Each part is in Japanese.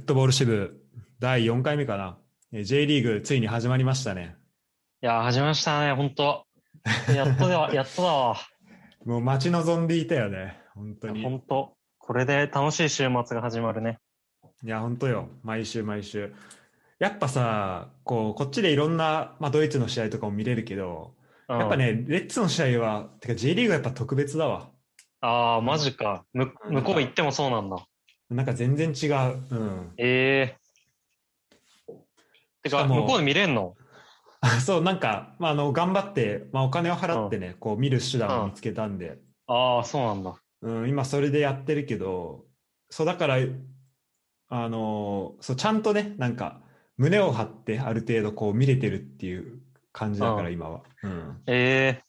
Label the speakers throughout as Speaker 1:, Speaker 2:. Speaker 1: ットボール支部第4回目かな。えー J リーグついに始まりましたね。
Speaker 2: いやー、始めましたね、本 当やっとでは、やっとだわ。
Speaker 1: もう待ち望んでいたよね。本当に。
Speaker 2: 本当これで楽しい週末が始まるね。
Speaker 1: いや、本当よ。毎週毎週。やっぱさ、こう、こっちでいろんな、まあ、ドイツの試合とかも見れるけど、
Speaker 2: うん
Speaker 1: やっぱ。ね、レッツの試合は、てか J リーグはやっぱ特別だわ。
Speaker 2: ああ、マジか。む向こう行ってもそうなんだ。
Speaker 1: なんか全然違う。うん。
Speaker 2: ええて
Speaker 1: しか
Speaker 2: か、
Speaker 1: も
Speaker 2: 向こうで見れんの
Speaker 1: あそう、なんか、まあ、あの、頑張って、まあ、お金を払ってね、こう、見る手段を見つけたんで、
Speaker 2: ああ、そうなんだ。
Speaker 1: うん、今それでやってるけど、そう、だから、あの、そう、ちゃんとね、なんか、胸を張って、ある程度、こう、見れてるっていう感じだから、
Speaker 2: うん
Speaker 1: 今は。うん。
Speaker 2: え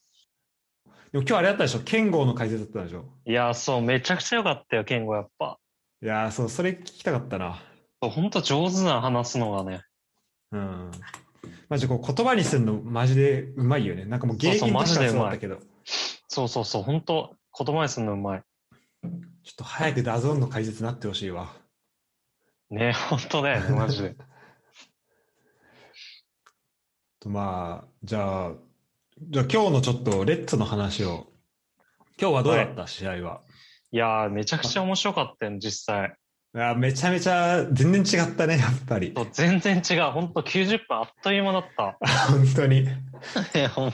Speaker 1: でも今日あれだったでしょ剣豪の解説だったでしょ
Speaker 2: えいやー、そう、めちゃくちゃ良かったよ、ケンゴ、やっぱ。
Speaker 1: いやー、そう、それ聞きたかったな。
Speaker 2: そう本当上手な話すのがね。
Speaker 1: うん。マジこう言葉にするのマジでうまいよね。なんかもう芸
Speaker 2: そう
Speaker 1: 人
Speaker 2: そう
Speaker 1: としてはそうだ
Speaker 2: マジでうまい
Speaker 1: ったけど、ちょ
Speaker 2: そうそうそう、本当言葉にするのうまい。
Speaker 1: っと早くダゾーンの解説になってほしいわ。
Speaker 2: ね、 本当だよね、マジで。
Speaker 1: とまあ、じゃあ、じゃあ今日のちょっとレッツの話を。今日はどうだった、試合は。
Speaker 2: いやー、めちゃくちゃ面白かったよ、実際。
Speaker 1: いやーめちゃめちゃ全然違ったね、やっぱり。
Speaker 2: そ
Speaker 1: 本
Speaker 2: う全然違う。ほんと90分あっという間だった。
Speaker 1: 当に。
Speaker 2: いや、ほん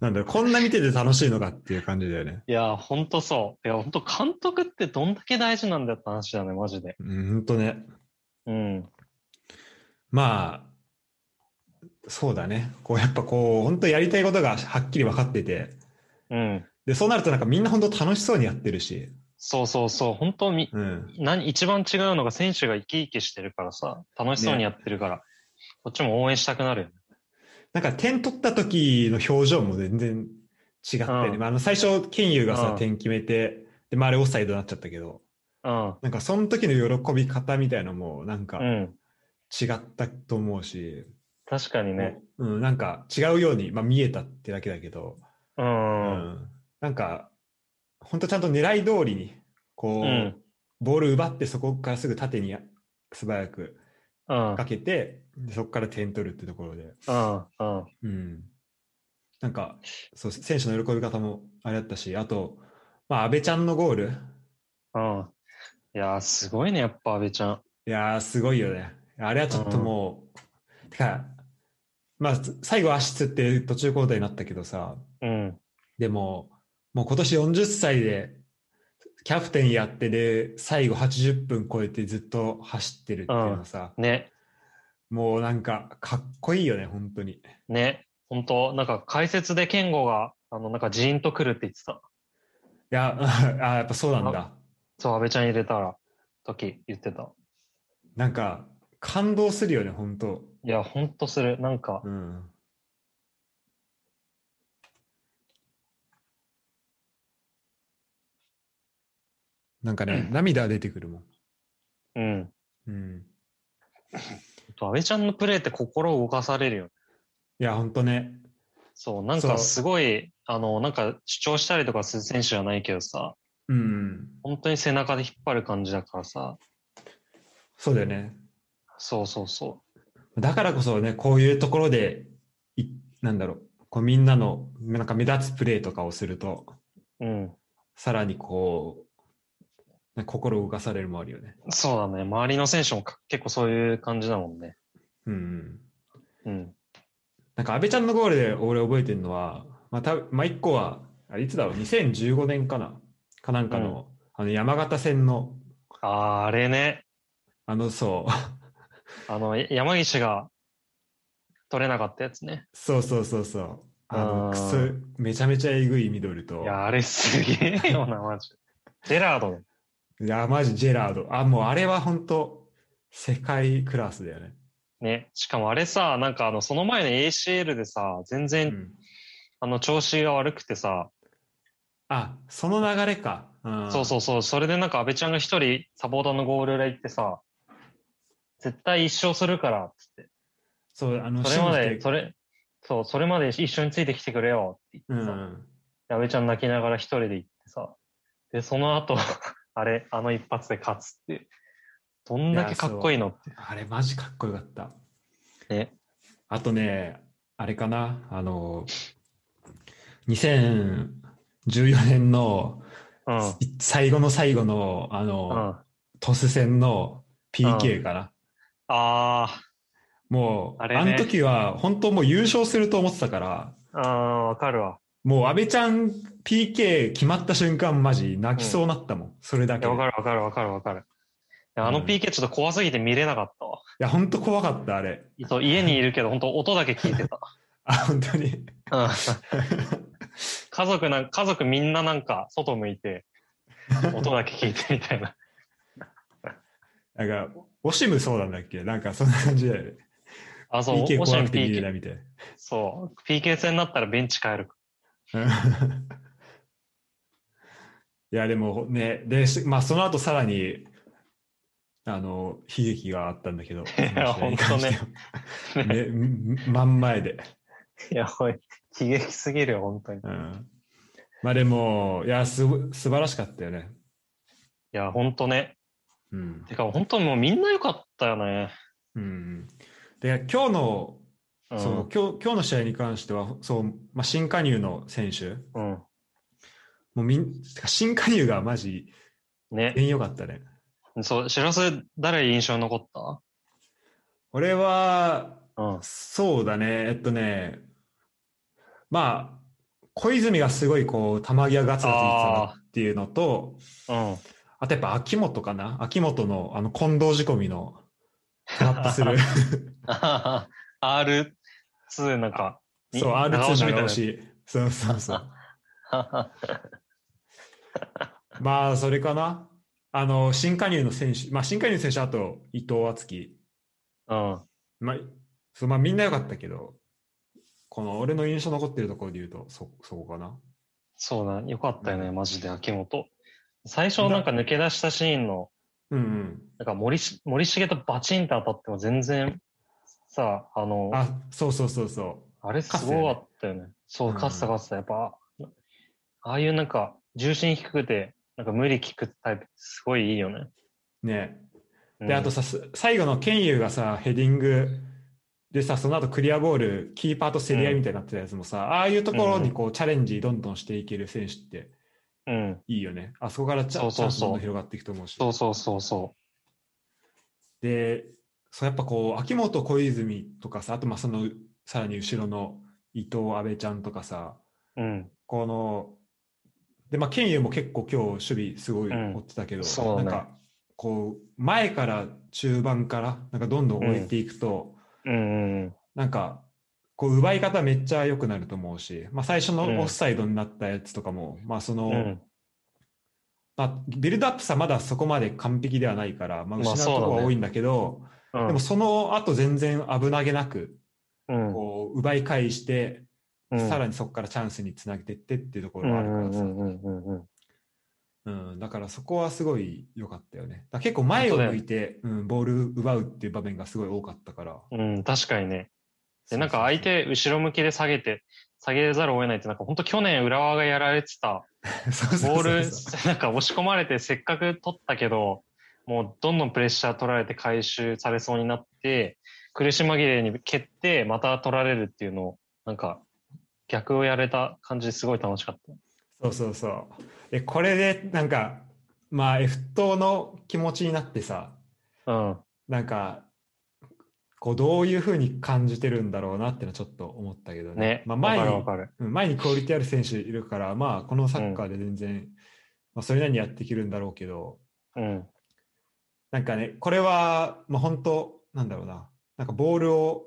Speaker 1: なんだろう、こんな見てて楽しいのかっていう感じだよね。
Speaker 2: いやほんとそう。いや、ほんと監督ってどんだけ大事なんだよって話だね、マジで。
Speaker 1: うん、本当ね。
Speaker 2: うん。
Speaker 1: まあ、そうだね。こう、やっぱこう、本当やりたいことがはっきり分かってて、
Speaker 2: うん。
Speaker 1: で、そうなるとなんかみんな本当楽しそうにやってるし、
Speaker 2: そうそうそう。本当み、
Speaker 1: うん。
Speaker 2: 何、一番違うのが選手が生き生きしてるからさ、楽しそうにやってるから、こっちも応援したくなるよね。
Speaker 1: なんか点取った時の表情も全然違ったよね。
Speaker 2: うん
Speaker 1: まあ、あの、最初、ケンユがさ、
Speaker 2: うん
Speaker 1: 点決めて、で、まあ、あれオフサイドになっちゃったけど、
Speaker 2: うん。
Speaker 1: なんかその時の喜び方みたいのも、なんか
Speaker 2: うん。
Speaker 1: 違ったと思うし、
Speaker 2: 確かにね。
Speaker 1: うん、なんか違うように、まあ、見えたってだけだけど、
Speaker 2: う。
Speaker 1: うん
Speaker 2: うん。
Speaker 1: ん。なんか、本当ちゃんと狙い通りに、こう、
Speaker 2: うん
Speaker 1: ボール奪ってそこからすぐ縦に素早く
Speaker 2: うん。
Speaker 1: かけて、でそこから点取るってところで、
Speaker 2: うん。
Speaker 1: うん、なんかそう選手の喜び方もあれだったしあと、まあ、安倍ちゃんのゴール
Speaker 2: うん。いやすごいね、やっぱ、安倍ちゃん。
Speaker 1: いやーすごいよねあれはちょっともう、てか、まあ、最後アシスって途中交代になったけどさ
Speaker 2: うん。
Speaker 1: でももう今年40歳でキャプテンやってで最後80分超えてずっと走ってるっていうのさ、
Speaker 2: ね。
Speaker 1: もうなんかかっこいいよね本当に。
Speaker 2: ね、本当なんか解説で健吾が、あの、なんかジーンとくるって言ってた。
Speaker 1: いや、あやっぱそうなんだ。
Speaker 2: そう、安倍ちゃん入れたら、時言ってた。
Speaker 1: なんか、感動するよね、本当
Speaker 2: いや、ほんとする。なんか、
Speaker 1: うん。なんかね、涙出てくるもん。
Speaker 2: うん。
Speaker 1: うん。
Speaker 2: ほんと安倍ちゃんのプレーって心を動かされるよね。
Speaker 1: いや、本当ね。
Speaker 2: そう、なん
Speaker 1: そう
Speaker 2: かすごい、あの、なんか主張したりとかする選手じゃないけどさ、
Speaker 1: うん。
Speaker 2: 本当に背中で引っ張る感じだからさ、
Speaker 1: そうだよね。
Speaker 2: そうそうそ
Speaker 1: だからこそね、こういうところで、いなんだろう、こうみんなの、なんか目立つプレーとかをすると、
Speaker 2: う。うん。
Speaker 1: さらにこう、ね心を動かされるもあるよね。
Speaker 2: そうだね。周りの選手もか結構そういう感じだもんね。
Speaker 1: うん。
Speaker 2: うん。
Speaker 1: なんか安倍ちゃんのゴールで俺覚えてるのは、まあ、たまあ、1個は、あれいつだろう、2015年かなかなんかの、あの山形戦の、
Speaker 2: あーあれね。
Speaker 1: あの、そう、
Speaker 2: あの、や山岸が取れなかったやつね。
Speaker 1: そうそうそうそう、あの、
Speaker 2: あー
Speaker 1: くそ、めちゃめちゃえぐいミドルと、
Speaker 2: いや、あれすげえ よな、マジで。ジェラードの。
Speaker 1: いや、マジジェラード。あ、もうあれは本当世界クラスだよね。
Speaker 2: ね。しかもあれさ、なんかあの、その前の ACL でさ、全
Speaker 1: う
Speaker 2: 然、
Speaker 1: ん、
Speaker 2: あの、調子が悪くてさ、
Speaker 1: あ、その流れか。うん、
Speaker 2: そうそうそう、それでなんか安倍ちゃんが一人サポーターのゴール裏行ってさ、絶対一生するから、つって。
Speaker 1: そう、あの、
Speaker 2: それま
Speaker 1: 信
Speaker 2: で、
Speaker 1: じ
Speaker 2: そ
Speaker 1: て
Speaker 2: れ、そう、それまで一緒についてきてくれよ、って
Speaker 1: う
Speaker 2: 言ってさ、
Speaker 1: ん。
Speaker 2: で安倍ちゃん泣き ながら一人で行ってさ、で、その後、あれ、あの一発で勝つっていう。どんだけかっこいいのって。
Speaker 1: あれマジかっこよかった。
Speaker 2: ね。
Speaker 1: あとね、あれかな、あの、2014年の
Speaker 2: うん。うん。
Speaker 1: 最後の最後の、あの、
Speaker 2: あ
Speaker 1: トス戦の PK かな。
Speaker 2: あ
Speaker 1: もう、
Speaker 2: あ
Speaker 1: あ
Speaker 2: れね
Speaker 1: の時は本当もう優勝すると思ってたから、
Speaker 2: ー、あーわかるわ。
Speaker 1: もう安倍ちゃん PK 決まった瞬間マジ泣きそうになったもん、それだ
Speaker 2: い
Speaker 1: け
Speaker 2: や、
Speaker 1: で。
Speaker 2: わ
Speaker 1: い
Speaker 2: かるわかるわかるわかる。いやあ
Speaker 1: う
Speaker 2: の
Speaker 1: ん
Speaker 2: PK ちょっと怖すぎて見れなかったわ。
Speaker 1: や、本当怖かった、あれ。
Speaker 2: そう家にいるけど、本当音だけ聞い てた。
Speaker 1: あ、本当に。
Speaker 2: うん家族なん家族みんななんか外向いて、音だけ聞いてみたいな。
Speaker 1: なんか、オシムそうなんだっけなんかそんな感じだよね。
Speaker 2: あ、そう、
Speaker 1: PK
Speaker 2: オシ
Speaker 1: 怖
Speaker 2: ェン
Speaker 1: くて見れな
Speaker 2: PK。
Speaker 1: いみたいな。
Speaker 2: そう、PK 戦になったらベンチ帰る。
Speaker 1: いや、でもね、で、しまあ、その後さらに、あの、悲劇があったんだけ ど、
Speaker 2: いや
Speaker 1: その試合に関しては
Speaker 2: 本
Speaker 1: ね、ん真ん前で。
Speaker 2: いや、おい、喜劇すぎるよ、本当に。い
Speaker 1: うん。まあ、でも、いや、すご、素晴らしかったよね。
Speaker 2: や、本当ね。
Speaker 1: うん。
Speaker 2: てか、本当もうみんな良かったよね。
Speaker 1: うん。で、今日の、
Speaker 2: うん、
Speaker 1: そう、今日、今日の試合に関しては、そう、まあ、新加入の選手、
Speaker 2: うん。
Speaker 1: もうみん、てか新加入がマジ、
Speaker 2: ね。
Speaker 1: 全員良かったね。
Speaker 2: そう、知らせ、誰印象に残っ
Speaker 1: 俺は、
Speaker 2: たうん。
Speaker 1: そうだね、えっとね、まあ、小泉がすごいこう、球際ガツガツいってたなっていうのと、
Speaker 2: うん。
Speaker 1: あとやっぱ秋元かな秋元のあの近藤仕込みのトラップす る。
Speaker 2: あはは R2 なんか、に
Speaker 1: そう、R2
Speaker 2: 長押しみたい
Speaker 1: の
Speaker 2: な
Speaker 1: 直し。そうそう そう。
Speaker 2: はは
Speaker 1: まあ、それかな。あの、新加入の選手、まあ、新加入の選手、あと伊藤敦樹。
Speaker 2: うん。
Speaker 1: まあ、そうまあ、みんな良かったけど、この俺の印象残ってるところで言うと、そ、そこかな。
Speaker 2: そうだ、よかったよね、マジで、秋元。最初なんか抜け出したシーンの、
Speaker 1: うん
Speaker 2: なんか森し森重とバチンと当たっても全然、さ、あの
Speaker 1: うん。、あ、そうそうそうそう。
Speaker 2: あれすごかったよね。そう、
Speaker 1: うん
Speaker 2: カッサカッサ、やっぱ、ああいうなんか、重心低くて、なんか無理効くタイプ、すごいいいよね。
Speaker 1: ね
Speaker 2: うん
Speaker 1: で、あとさ、す最後のケンユーがさ、ヘディングでさ、その後クリアボール、キーパーと競り合いみたいになってたやつもさ、ああいうところにこう、チャレンジどんどんしていける選手って
Speaker 2: うん。
Speaker 1: いいよね。あそこからチャ
Speaker 2: そうそう
Speaker 1: チャン
Speaker 2: そう
Speaker 1: スどんどん広がっていくと思うし。
Speaker 2: そうそうそうそ
Speaker 1: で、そうやっぱこう、秋元小泉とかさ、あとまあその、さらに後ろの伊藤阿部ちゃんとかさ、
Speaker 2: う。うん。
Speaker 1: この、で、まあ、ケンユーも結構今日守備すごい
Speaker 2: うん
Speaker 1: 追ってたけど、
Speaker 2: そ
Speaker 1: な
Speaker 2: うだね
Speaker 1: んか、こう、前から中盤から、なんかどんどん追っていくと、
Speaker 2: うんうんうん。
Speaker 1: なんか、こう、奪い方めっちゃ良くなると思うし、まあ、最初のオフサイドになったやつとかも、まあ、その、
Speaker 2: うん。
Speaker 1: まあ、ビルドアップさまだそこまで完璧ではないから、まあ、
Speaker 2: ま
Speaker 1: 失
Speaker 2: あ
Speaker 1: うところ
Speaker 2: そうだ
Speaker 1: は
Speaker 2: ね
Speaker 1: 多いんだけど、
Speaker 2: うん
Speaker 1: でもその後全然危なげなく、
Speaker 2: うん
Speaker 1: こう、奪い返して、
Speaker 2: うん
Speaker 1: さらにそこからチャンスにつなげてってっていうところがあるからさ、
Speaker 2: う
Speaker 1: うん
Speaker 2: んうんうんうんうん
Speaker 1: だからそこはすごい良かったよね。だから結構前を向いて、うん、ボール奪うっていう場面がすごい多かったから。
Speaker 2: うん。うん、確かにね。
Speaker 1: そうそうそ
Speaker 2: で、
Speaker 1: う
Speaker 2: なんか相、手、後ろ向きで下げて、下げざるを得ないって、なんか本当去年浦和がやられてた、
Speaker 1: そうそうそうそう
Speaker 2: ボール、なん か押し込まれて、せっかく取ったけど、もうどんどんプレッシャー取られて回収されそうになって、苦し紛れに蹴って、また取られるっていうのを、なんか、逆をやれた感じですごい楽しかった。
Speaker 1: そうそうそう。え、これで、なんか、まあ、F 党の気持ちになってさ、
Speaker 2: うん。
Speaker 1: なんか、こう、どういうふうに感じてるんだろうなってのはちょっと思ったけどね。
Speaker 2: ね。
Speaker 1: まあ、
Speaker 2: わ
Speaker 1: 前
Speaker 2: かる
Speaker 1: に
Speaker 2: わ、かる。
Speaker 1: うん前にクオリティある選手いるから、まあ、このサッカーで全然、まあ、それなりにやっていけるんだろうけど、
Speaker 2: うん。
Speaker 1: なんかね、これは、まあ、本当なんだろうな、なんかボールを、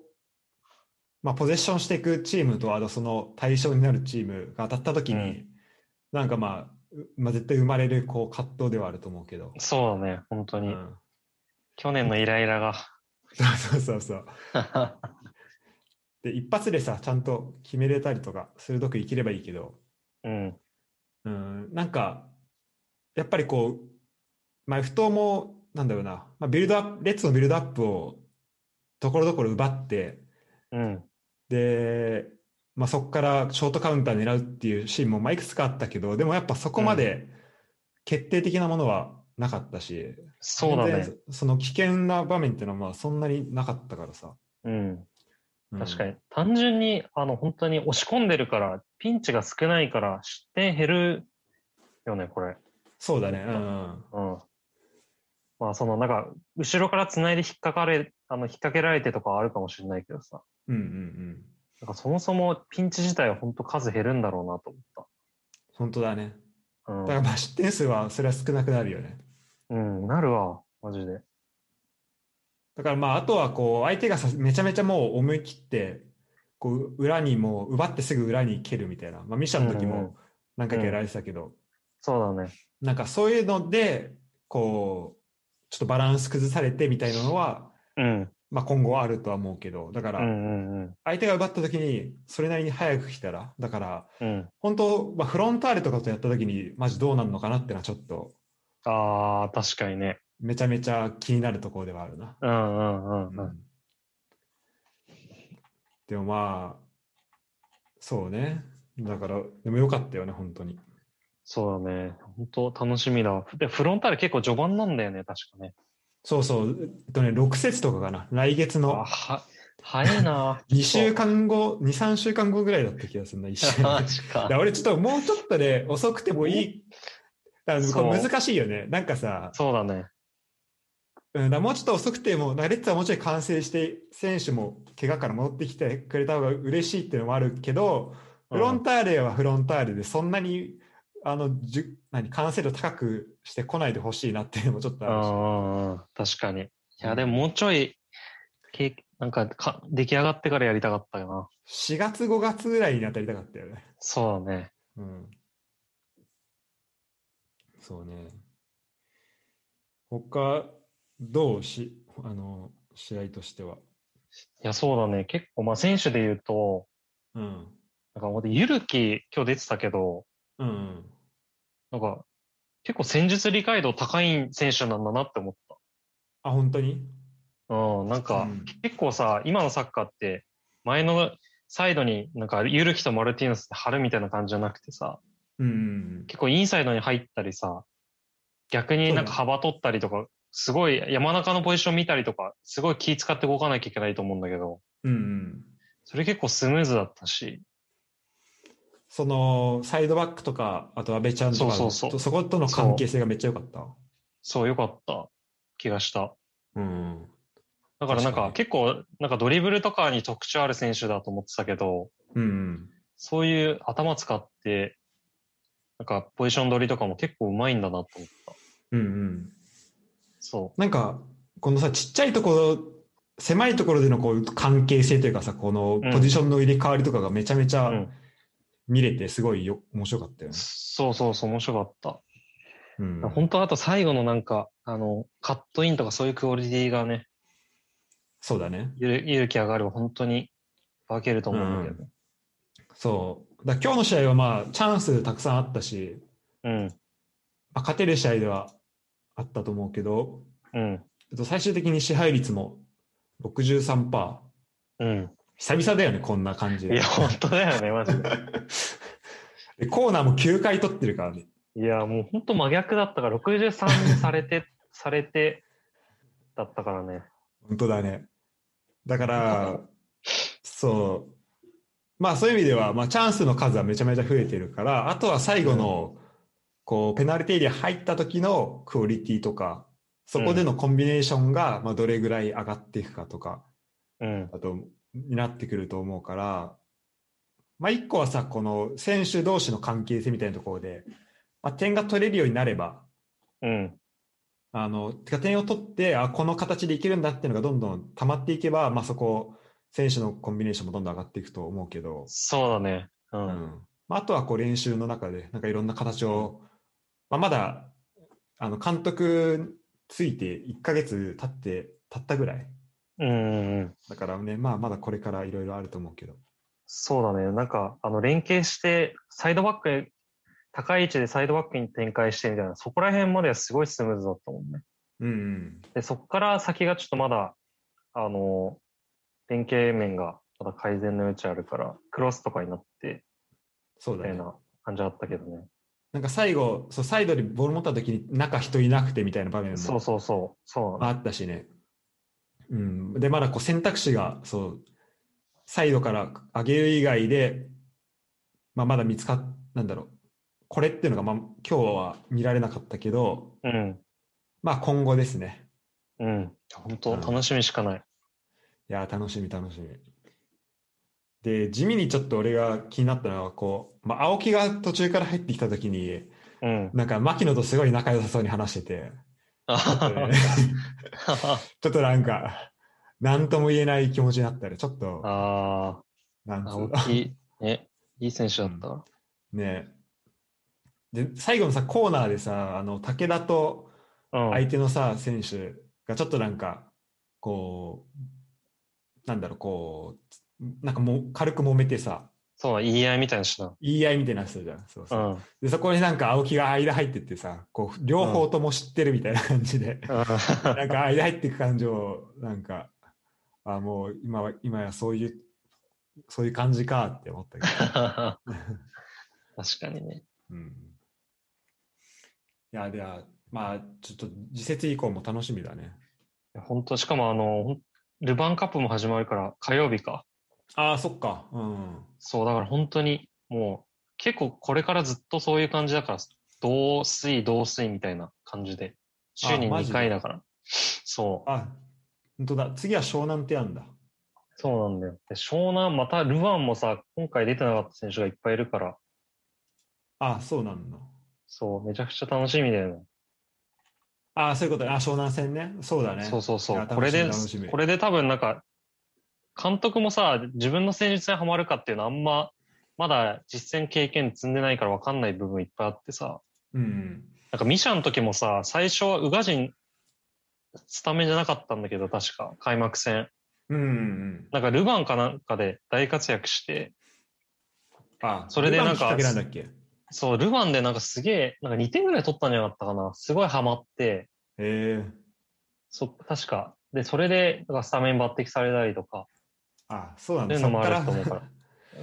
Speaker 1: まあ、ポゼッションしていくチームと、あとその対象になるチームが当たった時に、
Speaker 2: うん
Speaker 1: なんかまあ、うまあ、絶対生まれるこう葛藤ではあると思うけど、
Speaker 2: そうだね、本当
Speaker 1: う
Speaker 2: に。
Speaker 1: ん、
Speaker 2: 去年のイライラ
Speaker 1: そうそうそうそう。
Speaker 2: が。
Speaker 1: で、一発でさ、ちゃんと決めれたりとか、鋭くいければいいけど、
Speaker 2: うん。
Speaker 1: うん、なんか、やっぱりこう、まあ、不当も、なんだろうな、まあ、ビルドアップ、レッツのビルドアップを、ところどころ奪って、
Speaker 2: うん。
Speaker 1: で、まあ、そこからショートカウンター狙うっていうシーンもまあいくつかあったけどでもやっぱそこまで決定的なものはなかったし、
Speaker 2: そうだ
Speaker 1: 全
Speaker 2: ね。
Speaker 1: 然その危険な場面ってのはまあそんなになかったからさ。
Speaker 2: うん。
Speaker 1: うん
Speaker 2: 確かに。単純に、あの、本当に押し込んでるから、ピンチが少ないから、失点減るよね、これ。
Speaker 1: そうだね。うん。
Speaker 2: うん。まあ、その、なんか、後ろから繋いで引っかかれ、あの、引っ掛けられてとかはあるかもしれないけどさ。
Speaker 1: うんうんうん。
Speaker 2: なんか、そもそもピンチ自体は本当数減るんだろうなと
Speaker 1: 本当だね。
Speaker 2: 思
Speaker 1: だから
Speaker 2: った。
Speaker 1: まあ失点数はそれは少なくなるよね。
Speaker 2: うん。うん、なるわ、マジで。
Speaker 1: だからまああとはこう相手がさめちゃめちゃもう思い切ってこう裏にもう奪ってすぐ裏に蹴るみたいな、まあ、ミシャの時
Speaker 2: うんうん
Speaker 1: も何回かやられてたけど、
Speaker 2: そうだね。
Speaker 1: なんかそういうのでこうちょっとバランス崩されてみたいなのは、
Speaker 2: うん。
Speaker 1: まあ、今後はあるとは思うけどだか
Speaker 2: う
Speaker 1: ら
Speaker 2: んうんうん。
Speaker 1: 相手が奪った時にそれなりに早く来たらだから
Speaker 2: うん。
Speaker 1: 本当、まあ、フロンターレとかとやった時にマジどうなるのかなってのはちょっと
Speaker 2: ああ、確かにね。
Speaker 1: めちゃめちゃ気になるところではあるな。
Speaker 2: うんうんうんうん。
Speaker 1: でもまあそうねだからでもよかったよね本当に
Speaker 2: そうだね。本当楽しみだわ。で、フロンターレ結構序盤なんだよね、確かね。
Speaker 1: そうそうえっとね6節とかかな来月
Speaker 2: あ、
Speaker 1: の
Speaker 2: は、早
Speaker 1: 。
Speaker 2: いな
Speaker 1: 2週間後23週間後ぐらいだった気がするな1週間
Speaker 2: マジか
Speaker 1: だ。俺ちょっともうちょっとで、遅くてもいいだからこれ
Speaker 2: そう
Speaker 1: 難しいよねなんかさ
Speaker 2: そうだね。
Speaker 1: うんだからもうちょっと遅くてもなんかレッツはもうちょい完成して選手も怪我から戻ってきてくれた方が嬉しいっていうのもあるけど、フロンターレはフロンターレでそんなにあのじゅ何完成度高くしてこないでほしいなっていうのもちょっと
Speaker 2: うんう
Speaker 1: あ
Speaker 2: んうん。確かに。いや、でももうちょい、けなんかか、出来上がってからやりたかったよな。
Speaker 1: るし4月5月ぐらいに当たりたかったよね。
Speaker 2: そうだね。
Speaker 1: うん、そうね。他どうしあの試合としては。
Speaker 2: いや、そうだね。結構、まあ、選手で言うと、
Speaker 1: うん
Speaker 2: なんか、ほんとゆるき、今日出てたけど、
Speaker 1: うんうん、
Speaker 2: なんか、結構戦術理解度高い選手なんだなって思っ
Speaker 1: あ本当に
Speaker 2: た。うん、なんか、
Speaker 1: うん
Speaker 2: 結構さ、今のサッカーって、前のサイドになんか、ゆるきとマルティーノスって張るみたいな感じじゃなくてさ、
Speaker 1: うんうん
Speaker 2: 結構インサイドに入ったりさ、逆になんか
Speaker 1: そ
Speaker 2: 幅取ったりとか、すごい山中のポジション見たりとか、すごい気使って動かなきゃいけないと思うんだけど、
Speaker 1: うんうん、
Speaker 2: それ結構スムーズだったし、
Speaker 1: そのサイドバックとかあと阿部ちゃんとか
Speaker 2: そうそうそう
Speaker 1: そことの関係性がめっちゃ良かった。
Speaker 2: そう良かった気がした。
Speaker 1: うん
Speaker 2: だからなん
Speaker 1: 確か
Speaker 2: か
Speaker 1: に
Speaker 2: 結構、なんかドリブルとかに特徴ある選手だと思ってたけど、
Speaker 1: うんうん
Speaker 2: そういう頭使って、なんかポジション取りとかも結構うまいんだなと思った。
Speaker 1: うんうん
Speaker 2: そ
Speaker 1: なんか、このさ、ちっちゃいところ、狭いところでのこう関係性というかさ、この
Speaker 2: うん
Speaker 1: ポジションの入れ替わりとかがめちゃめち
Speaker 2: う。う
Speaker 1: ゃ
Speaker 2: ん。
Speaker 1: 見れて、すごいよ、面白かったよね。
Speaker 2: そうそうそう、面白かった。
Speaker 1: うん、
Speaker 2: 本当あと最後のなんか、あの、カットインとかそういうクオリティがね、
Speaker 1: そうだね。
Speaker 2: ゆる勇気上がれば本当に化けると思うんだけど。
Speaker 1: そう。だから今日の試合はまあ、チャンスたくさんあったし、
Speaker 2: うん。
Speaker 1: まあ、勝てる試合ではあったと思うけど、
Speaker 2: うん。
Speaker 1: えっと最終的に支配率も63%。
Speaker 2: うん。
Speaker 1: 久々だよね、こんな感じ
Speaker 2: い
Speaker 1: で
Speaker 2: や、。本当だよね、マジで。
Speaker 1: でコーナーも9回取ってるからね。
Speaker 2: いや、もう本当真逆だったから、63にされて、されて、だったからね。
Speaker 1: 本当だね。だから、そう。まあそういう意味では、まあチャンスの数はめちゃめちゃ増えてるから、あとは最後の、こう、ペナルティーエリア入った時のクオリティとか、そこでのコンビネーションが、まあどれぐらい上がっていくかとか、
Speaker 2: うん。
Speaker 1: あと、になってくると思うから、まあ一個はさ、この選手同士の関係性みたいなところで、まあ点が取れるようになれば、
Speaker 2: うん。
Speaker 1: あの、てか点を取って、あ、この形でいけるんだっていうのがどんどん溜まっていけば、まあそこ、選手のコンビネーションもどんどん上がっていくと思うけど、
Speaker 2: そうだね。う。
Speaker 1: うんん。まああとはこう練習の中で、なんかいろんな形を、まあまだ、あの、監督ついて1ヶ月経って、経ったぐらい。
Speaker 2: うん。うんうん
Speaker 1: だからね、まあまだこれからいろいろあると思うけど。
Speaker 2: そうだね。なんか、あの、連携して、サイドバックへ、高い位置でサイドバックに展開してみたいな、そこら辺まではすごいスムーズだったもんね。
Speaker 1: うん、うん。
Speaker 2: で、そこから先がちょっとまだ、あの、連携面がまだ改善の余地あるから、クロスとかになって、
Speaker 1: そう
Speaker 2: み
Speaker 1: だ
Speaker 2: たい
Speaker 1: ね。
Speaker 2: な感じだったけどね。
Speaker 1: なんか最後、そうサイドにボール持った時に中人いなくてみたいな場面
Speaker 2: そう
Speaker 1: も
Speaker 2: そうそう。そうな
Speaker 1: あ
Speaker 2: の
Speaker 1: ったしね。うん、で、まだこう選択肢がそうサイドから上げる以外で、まあ、まだ見つかっなんだろう、これっていうのが、まあ、今日は見られなかったけど、
Speaker 2: うん。
Speaker 1: まあ、今後ですね。
Speaker 2: うん。本当
Speaker 1: うん
Speaker 2: 楽しみしかない。
Speaker 1: いやー、楽しみ、楽しみ。で、地味にちょっと俺が気になったのは、こう、まあ、青木が途中から入ってきたときに、
Speaker 2: うん。
Speaker 1: なんか、牧野とすごい仲良さそうに話してて、ちょっとね
Speaker 2: あ
Speaker 1: ちょっとなんか、なんとも言えない気持ちになったり、ちょっと、
Speaker 2: あ
Speaker 1: なん
Speaker 2: ー、
Speaker 1: つう
Speaker 2: 青木、ね、いい選手だった。
Speaker 1: ねで、最後のさ、コーナーでさ、あの、武田と
Speaker 2: うん。
Speaker 1: 相手のさ、選手がちょっとなんか、こう、なんだろう、こう、なんかもう軽く揉めてさ、
Speaker 2: そうだ、言い合いみたいなしな。
Speaker 1: 言い合いみたいにな人じゃん。そう
Speaker 2: う
Speaker 1: そう。
Speaker 2: ん。
Speaker 1: でそこになんか青木が間入ってってさこう両方とも知ってるみたいな感じで、なんか間入っていく感情をなんかあもう今は今やそういうそういう感じかって思ったけど、
Speaker 2: 確かにね。
Speaker 1: うん、いやではまあちょっと次節以降も楽しみだね
Speaker 2: 本当しかもあの、ほんルヴァンカップも始まるから、火曜日か。
Speaker 1: ああそっかうん
Speaker 2: そう、だから本当に、もう、結構これからずっとそういう感じだから、同水、同水みたいな感じで、週に
Speaker 1: あマジ
Speaker 2: 2
Speaker 1: で
Speaker 2: 回だから。そう、
Speaker 1: あ本当だ次は湘南ってやんだ
Speaker 2: そうなんだよ。で湘南、またルヴァンもさ、今回出てなかった選手がいっぱいいるから、
Speaker 1: ああそうなんだ
Speaker 2: そう、めちゃくちゃ楽しみだよね。
Speaker 1: ああそういうことあ湘南戦ねそうだね
Speaker 2: そうそう
Speaker 1: い
Speaker 2: そ
Speaker 1: や
Speaker 2: う。
Speaker 1: 楽しみ
Speaker 2: これで
Speaker 1: 楽しみ、
Speaker 2: これで多分なんか、監督もさ、自分の戦術にはまるかっていうのはあんま、まだ実戦経験積んでないから分かんない部分いっぱいあってさ、
Speaker 1: うん
Speaker 2: なんかミシャの時もさ、最初は宇賀神、スタメンじゃなかったんだけど、確か、開幕戦。
Speaker 1: うんうんうん
Speaker 2: なんかルヴァンかなんかで大活躍して、
Speaker 1: あ
Speaker 2: それでなんか
Speaker 1: ルヴァンきっかけなんだっけ
Speaker 2: そう、ルヴァンでなんかすげえ、なんか2点ぐらい取ったんじゃなかったかな。すごいハマって、
Speaker 1: ええ
Speaker 2: そ、確か。で、それで、なんかスタメン抜擢されたりとか、
Speaker 1: あ、そうなん
Speaker 2: ってい
Speaker 1: だ。
Speaker 2: う
Speaker 1: そ
Speaker 2: の
Speaker 1: っ
Speaker 2: もあ
Speaker 1: か
Speaker 2: る
Speaker 1: ら
Speaker 2: と思うから。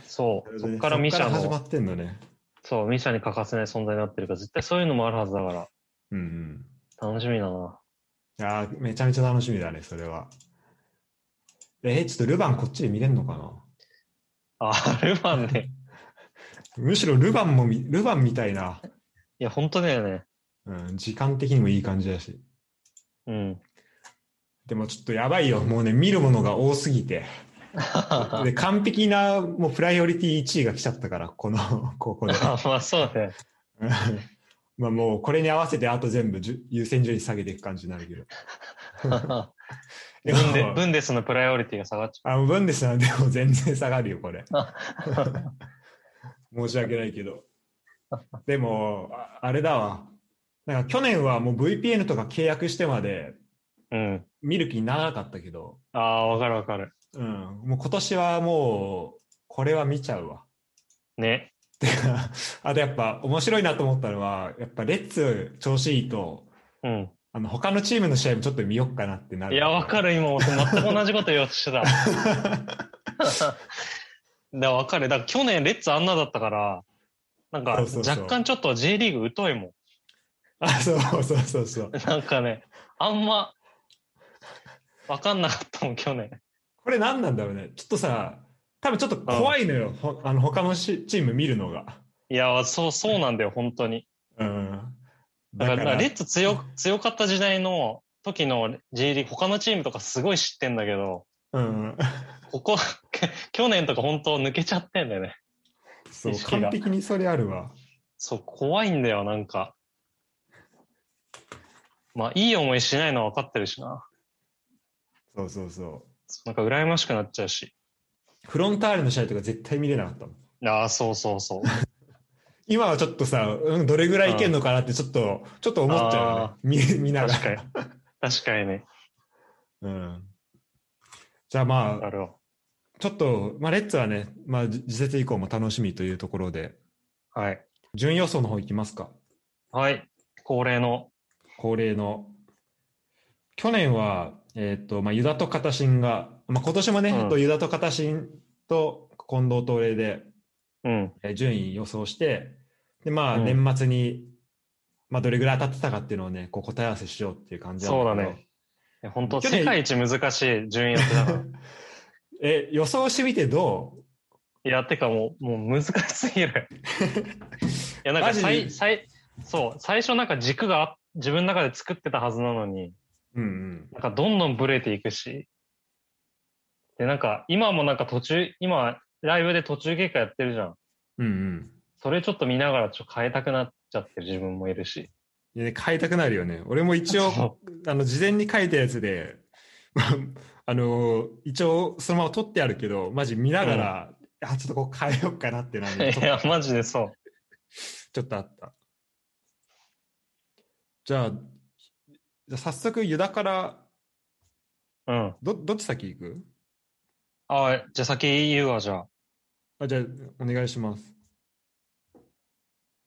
Speaker 2: そう、そっからミシャ
Speaker 1: 始ま
Speaker 2: の、
Speaker 1: ってんのね。
Speaker 2: そう、ミシャに欠かせない存在になってるから、絶対そういうのもあるはずだから、
Speaker 1: うんうん。
Speaker 2: 楽しみだな。
Speaker 1: いやーめちゃめちゃ楽しみだね、それは。えーちょっとルヴァンこっちで見れるのかな
Speaker 2: あ、ルヴァンね。
Speaker 1: むしろルヴァンもみ、ルヴァンみたいな、
Speaker 2: いや、本当だよね。
Speaker 1: うん、時間的にもいい感じだし。
Speaker 2: うん。
Speaker 1: でもちょっとやばいよ、もうね、見るものが多すぎて。で、完璧な、もうプライオリティ1位が来ちゃったから、この、 ここで。
Speaker 2: まあ、そうだね。
Speaker 1: うんまあもうこれに合わせてあと全部じゅ優先順位下げていく感じになるけど。
Speaker 2: ブンデブンデスのプライオリティが下がっち
Speaker 1: あ、ブンデスなんでも全然下がるよ、これ。
Speaker 2: ゃう。
Speaker 1: 申し訳ないけど。でも、ああれだわ。なんか去年はもう VPN とか契約してまで
Speaker 2: うん。
Speaker 1: 見る気にならなかったけど、
Speaker 2: ああ、わかるわかる。
Speaker 1: うん、もう今年はもう、これは見ちゃうわ。
Speaker 2: ね。
Speaker 1: てか、あとやっぱ面白いなと思ったのは、やっぱレッツ調子いいと、
Speaker 2: うん。
Speaker 1: あの他のチームの試合もちょっと見よっかなってなる。
Speaker 2: いや、わか
Speaker 1: る。
Speaker 2: る、今、俺全く同じこと言おうと してた。だわかる。だから去年、レッツあんなだったから、なんか
Speaker 1: そうそうそう
Speaker 2: 若干ちょっと J リーグ疎いもん。
Speaker 1: あ、そうそうそうそう。
Speaker 2: なんかね、あんま、わかんなかったもん、去年。
Speaker 1: これ何なんだろうね。ちょっとさ、多分ちょっと怖いのよ。ほあの他のしチーム見るのが。
Speaker 2: いや、そう、そうなんだよ、本当に。
Speaker 1: うん。
Speaker 2: だから、レッツ強、強かった時代の時の J リーグ、他のチームとかすごい知ってんだけど、
Speaker 1: うん。
Speaker 2: ここ、 け去年とか本当抜けちゃってんだよね。
Speaker 1: そう
Speaker 2: 意、識が
Speaker 1: 完璧にそれあるわ。
Speaker 2: そう、怖いんだよ、なんか。まあ、いい思いしないのは分かってるしな。
Speaker 1: そうそうそ
Speaker 2: なんか羨ましくなっちゃうし。
Speaker 1: う。フロンターレの試合とか絶対見れなかったもん。
Speaker 2: ああ、そうそ うそう。
Speaker 1: 今はちょっとさ、うん、どれぐらいいけんのかなってちょっと、ちょっと思っちゃうよね。見 見なが。
Speaker 2: 確からに。確かにね。
Speaker 1: うん。じゃあま
Speaker 2: あ
Speaker 1: あ、
Speaker 2: れは。
Speaker 1: ちょっと、まあ、レッツはね、まあ、じ次節以降も楽しみというところで、
Speaker 2: はい。
Speaker 1: 順位予想の方いきますか。
Speaker 2: はい。恒例の。
Speaker 1: 恒例の。去年は、えっ、と、まあ、ユダと片新が、まあ、今年もね、
Speaker 2: うん
Speaker 1: えっとユダと片新と近藤と俺で、
Speaker 2: うん。
Speaker 1: えー順位予想して、で、まあ、
Speaker 2: うん
Speaker 1: 年末に、まあ、どれぐらい当たってたかっていうのをね、こう答え合わせしようっていう感じなん
Speaker 2: そうだ
Speaker 1: けど
Speaker 2: ね。いや本当
Speaker 1: 去年
Speaker 2: 世界一難しい順位やって たから。
Speaker 1: え、予想してみてどう
Speaker 2: いや、てかもう、もう難しすぎ る。いや、なん
Speaker 1: マ
Speaker 2: か
Speaker 1: ジ
Speaker 2: 最、最、そう、最初なんか軸があ自分の中で作ってたはずなのに、
Speaker 1: うんうん。
Speaker 2: なんかどんどんブレていくし。で、なんか今もなんか途中、今、ライブで途中経過やってるじゃん。
Speaker 1: うんうん。
Speaker 2: それちょっと見ながらちょっと変えたくなっちゃってる自分もいるし。
Speaker 1: いやね、変えたくなるよね。俺も一応、
Speaker 2: そ
Speaker 1: あの、事前に書いたやつで、まああの、一応、そのまま取ってあるけど、マジ見ながら、あ、ちょっとこう変えようかなってな
Speaker 2: う
Speaker 1: る
Speaker 2: い
Speaker 1: ちょ
Speaker 2: や、マジでそう。
Speaker 1: ちょっとあった。じゃあ、じゃあ早速、ユダから、
Speaker 2: うん。
Speaker 1: ど、どっち先行く
Speaker 2: あじゃあ先言うわ、じゃあ。
Speaker 1: あじゃあ、お願いします。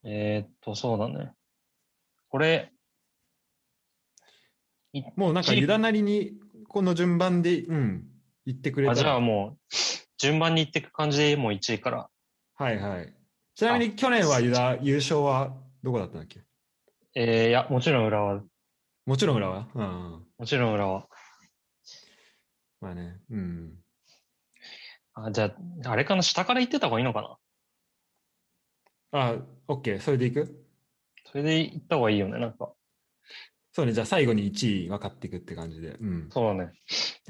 Speaker 2: えー、っと、そうだね。これ、
Speaker 1: もうなんか、
Speaker 2: 一
Speaker 1: ユダなりに、この順番で、うん、言ってくれた
Speaker 2: あ
Speaker 1: ら
Speaker 2: じゃあもう、順番にいっていく感じでもう1位から。
Speaker 1: はいはい。ちなみに、去年はユダ、優勝はどこだったんだっけ
Speaker 2: えー、いや、もちろん浦和。
Speaker 1: もちろん浦和うんうん。
Speaker 2: もちろん浦和。
Speaker 1: まあね、うん。
Speaker 2: あじゃあ、あれかな、下から行ってた方がいいのかな。
Speaker 1: あ、OK、それでいく
Speaker 2: それで行った方がいいよね、なんか。
Speaker 1: そうね、じゃあ最後に1位分かっていくって感じで。うん。
Speaker 2: そうだね。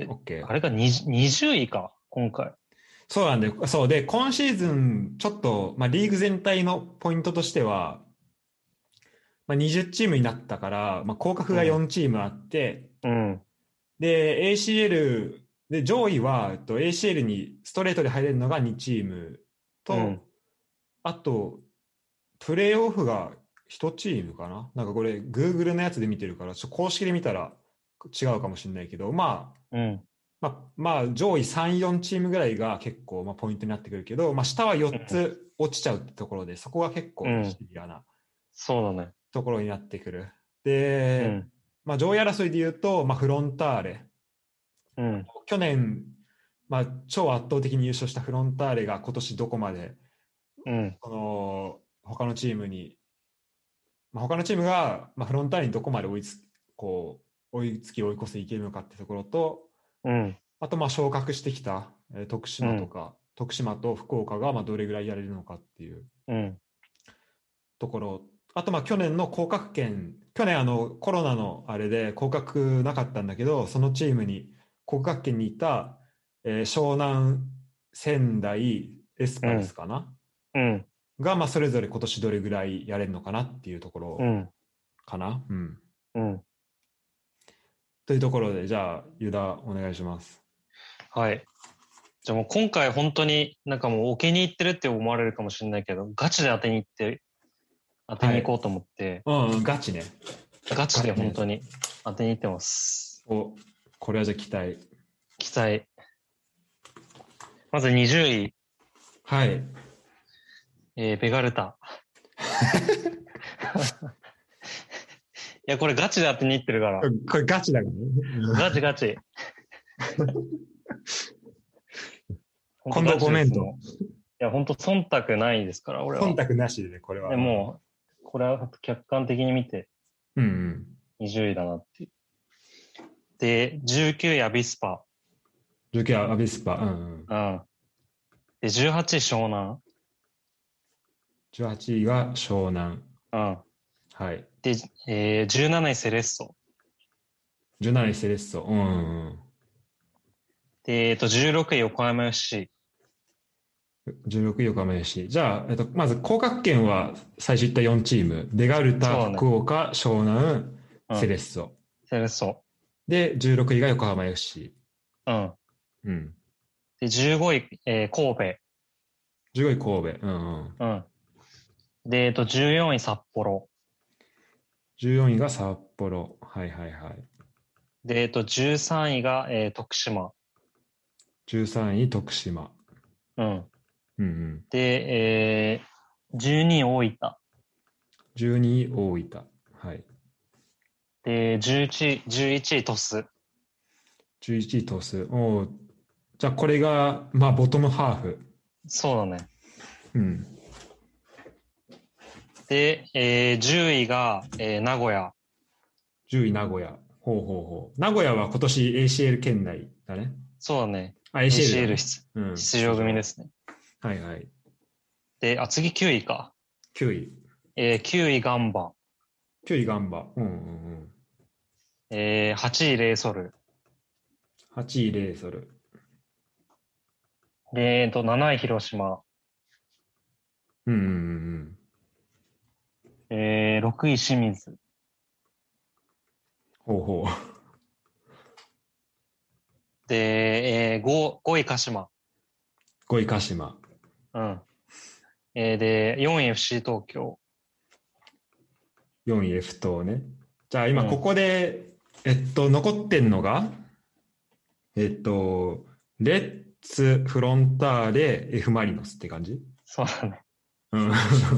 Speaker 2: う
Speaker 1: OK
Speaker 2: あ。れが20位か、今回。
Speaker 1: そうなんで、そうで、今シーズン、ちょっと、まあ、リーグ全体のポイントとしては、まあ、20チームになったから、まあ、降格が4チームあって、
Speaker 2: うん。
Speaker 1: で、ACL、で、上位は、えっと、ACL にストレートで入れるのが2チームと、
Speaker 2: うん
Speaker 1: あと、プレーオフが1チームかななんかこれ、Google のやつで見てるから、ちょっと公式で見たら違うかもしれないけど、まあ、
Speaker 2: うん。
Speaker 1: まあ、まあ、上位3、4チームぐらいが結構、まあ、ポイントになってくるけど、まあ、下は4つ落ちちゃうってところで、そこが結構
Speaker 2: うん
Speaker 1: シビアな
Speaker 2: そうだね。
Speaker 1: ところになってくる。
Speaker 2: う
Speaker 1: で、
Speaker 2: ん。
Speaker 1: まあ、上位争いで言うと、まあ、フロンターレ。
Speaker 2: うん。
Speaker 1: 去年、まあ、超圧倒的に優勝したフロンターレが今年どこまで、
Speaker 2: うん。
Speaker 1: この、他のチームに、まあ、他のチームが、まあ、フロンターレにどこまで追いつ、こう、追いつき追い越せいけるのかってところと、
Speaker 2: うん。
Speaker 1: あとまあ昇格してきた、えー徳島とか、徳島と福岡がまあどれぐらいやれるのかっていう
Speaker 2: うん。
Speaker 1: ところ、あとまあ去年の降格圏、去年あのコロナのあれで降格なかったんだけど、そのチームに降格圏にいた、えー湘南、仙台、エスパルスかな、
Speaker 2: うん。
Speaker 1: がまあそれぞれ今年どれぐらいやれるのかなっていうところ
Speaker 2: うん。
Speaker 1: かな。うん、
Speaker 2: うん。
Speaker 1: というところで、じゃあ、ユダ、お願いします。
Speaker 2: はい。じゃあもう今回本当になんかもう置きに行ってるって思われるかもしれないけど、ガチで当てに行って、当てに行こうと思って、
Speaker 1: うん、うん、ガチね。
Speaker 2: ガチで
Speaker 1: ガチね
Speaker 2: 本当に当てに行ってます。
Speaker 1: おこれはじゃあ期待。
Speaker 2: 期待。まず20位、
Speaker 1: はい。
Speaker 2: えーベガル タ。いや、これガチで当てに行ってるから。
Speaker 1: これガチだからね。
Speaker 2: ガチガ チ。
Speaker 1: 近藤ごめんと
Speaker 2: 本当ガチですもういや、本当忖度ないですから、俺は。
Speaker 1: 忖度なしでね、これは。
Speaker 2: でもう、これは客観的に見て
Speaker 1: う。うん、
Speaker 2: 20位だなっていう。で、19位アビスパ。
Speaker 1: うん。時はアビスパ。うん、うん。
Speaker 2: うん。で、18位湘南。
Speaker 1: 18位が湘南。
Speaker 2: うん。
Speaker 1: はい。
Speaker 2: で、えー、17位セレッソ。
Speaker 1: 17位セレッソ。うん、うん
Speaker 2: で、えっと、16位横浜 FC。
Speaker 1: うん。16位横浜 FC。じゃあ、えっと、まず、降格圏は最初言った4チーム。ベガル
Speaker 2: そう
Speaker 1: タ、
Speaker 2: ね
Speaker 1: 福岡、湘南、
Speaker 2: うん
Speaker 1: セレッソ。
Speaker 2: セレッソ。
Speaker 1: で、16位が横浜 FC。
Speaker 2: うん。
Speaker 1: うん。
Speaker 2: で、15位、えー、神
Speaker 1: 15位神戸。うん、うん。
Speaker 2: 戸。うん。で、えっと、14位札幌。
Speaker 1: 14位が札幌。はいはいはい。
Speaker 2: で、えっと、13位が、えー、徳島。
Speaker 1: 13位徳島。
Speaker 2: うん。
Speaker 1: うん、うん。
Speaker 2: で、えー、12位大分。
Speaker 1: 12位大分。はい。
Speaker 2: で、11位、11位鳥栖。
Speaker 1: 11位トス。おうじゃあこれが、まあ、ボトムハーフ。
Speaker 2: そうだね。
Speaker 1: うん。
Speaker 2: で、えー10位が、えー名古屋。
Speaker 1: 10位名古屋。ほうほうほう。名古屋は今年 ACL 圏内だね。
Speaker 2: そうだね。
Speaker 1: あ、
Speaker 2: ACL,
Speaker 1: だね
Speaker 2: 出
Speaker 1: うん
Speaker 2: 出場組ですね。
Speaker 1: はいはい。
Speaker 2: で、あ、次9位か。
Speaker 1: 9位。
Speaker 2: えー9位ガンバ。
Speaker 1: 9位ガンバ。うんうんうん。
Speaker 2: えー8位レイソル。
Speaker 1: 8位レイソル。
Speaker 2: で、えーと、7位広島。
Speaker 1: うんうんうん
Speaker 2: えー6位清水。
Speaker 1: うん。ほうほ
Speaker 2: で、えー 5, 5位鹿島。
Speaker 1: う。5位鹿島。
Speaker 2: うん。えーで、4位 FC 東京。
Speaker 1: 4位 F 等ね。じゃあ今
Speaker 2: うん
Speaker 1: ここで、えっと、残ってんのが、えっと、レッツ、フロンターレ、F マリノスって感じ
Speaker 2: そうだね。
Speaker 1: うん。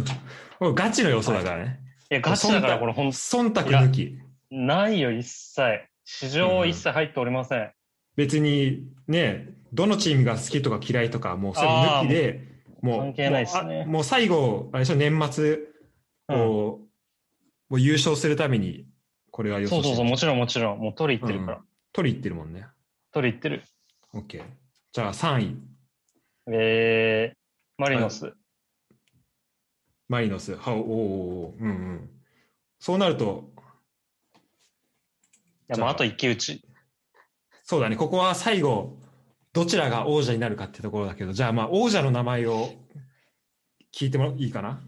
Speaker 1: これガチの要素だからね。
Speaker 2: いや、ガチだからこれ本
Speaker 1: 忖度抜き。
Speaker 2: 当ないよ、一切。市場一切入っておりません。
Speaker 1: 別にね、どのチームが好きとか嫌いとか、もうそれ抜きで、もう、
Speaker 2: 関係ないっすね
Speaker 1: もうあもう最後、あれでしょ、年末、
Speaker 2: うん
Speaker 1: こう、もう優勝するために、これは予
Speaker 2: そ
Speaker 1: 想
Speaker 2: うそうそう、もちろんもちろん。もう取り行ってるから。
Speaker 1: うん取り行ってるもんね。
Speaker 2: 取り行ってる。
Speaker 1: OK。じゃあ3位、
Speaker 2: えー、マリノス。
Speaker 1: マリノス。はおーおーおーうんうん。そうなると、
Speaker 2: いや、まあ、あと一騎打ち。
Speaker 1: そうだね、ここは最後、どちらが王者になるかってところだけど、じゃあまあ王者の名前を聞いてもいいかな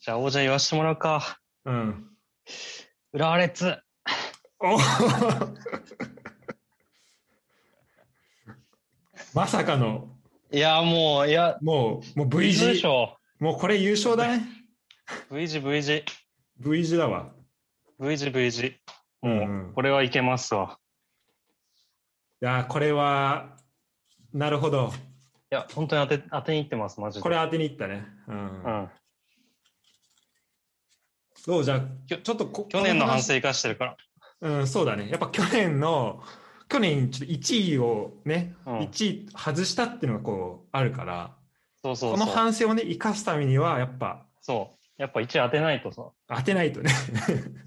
Speaker 2: じゃあ、王者言わしてもらうか。
Speaker 1: うん。
Speaker 2: 浦和レッズ。
Speaker 1: お まさかの、
Speaker 2: いや、もう、いや、
Speaker 1: もう、もう V
Speaker 2: いつで
Speaker 1: 字
Speaker 2: し。ょ
Speaker 1: もうこれ優勝だね。
Speaker 2: う。V 字、V 字。
Speaker 1: V 字だわ。
Speaker 2: V 字、V 字。
Speaker 1: う
Speaker 2: もう、
Speaker 1: んうん
Speaker 2: これはいけますわ。
Speaker 1: いやー、これは、なるほど。
Speaker 2: いや、本当に当て、当てにいってます、マジで。
Speaker 1: これ当てにいったね。うん。
Speaker 2: うん。
Speaker 1: どうじゃあ
Speaker 2: きょ
Speaker 1: ちょっとこ
Speaker 2: 去年の反省
Speaker 1: こ
Speaker 2: 生かしてるから。
Speaker 1: の話うん、そうだね。やっぱ去年の、去年ちょっと1位をね、
Speaker 2: うん
Speaker 1: 1位外したっていうのがこう、あるから、
Speaker 2: そうそう
Speaker 1: この
Speaker 2: そう。
Speaker 1: 反省をね、生かすためには、やっぱ、
Speaker 2: そう。やっぱ1位当てないとさ。
Speaker 1: 当てないとね。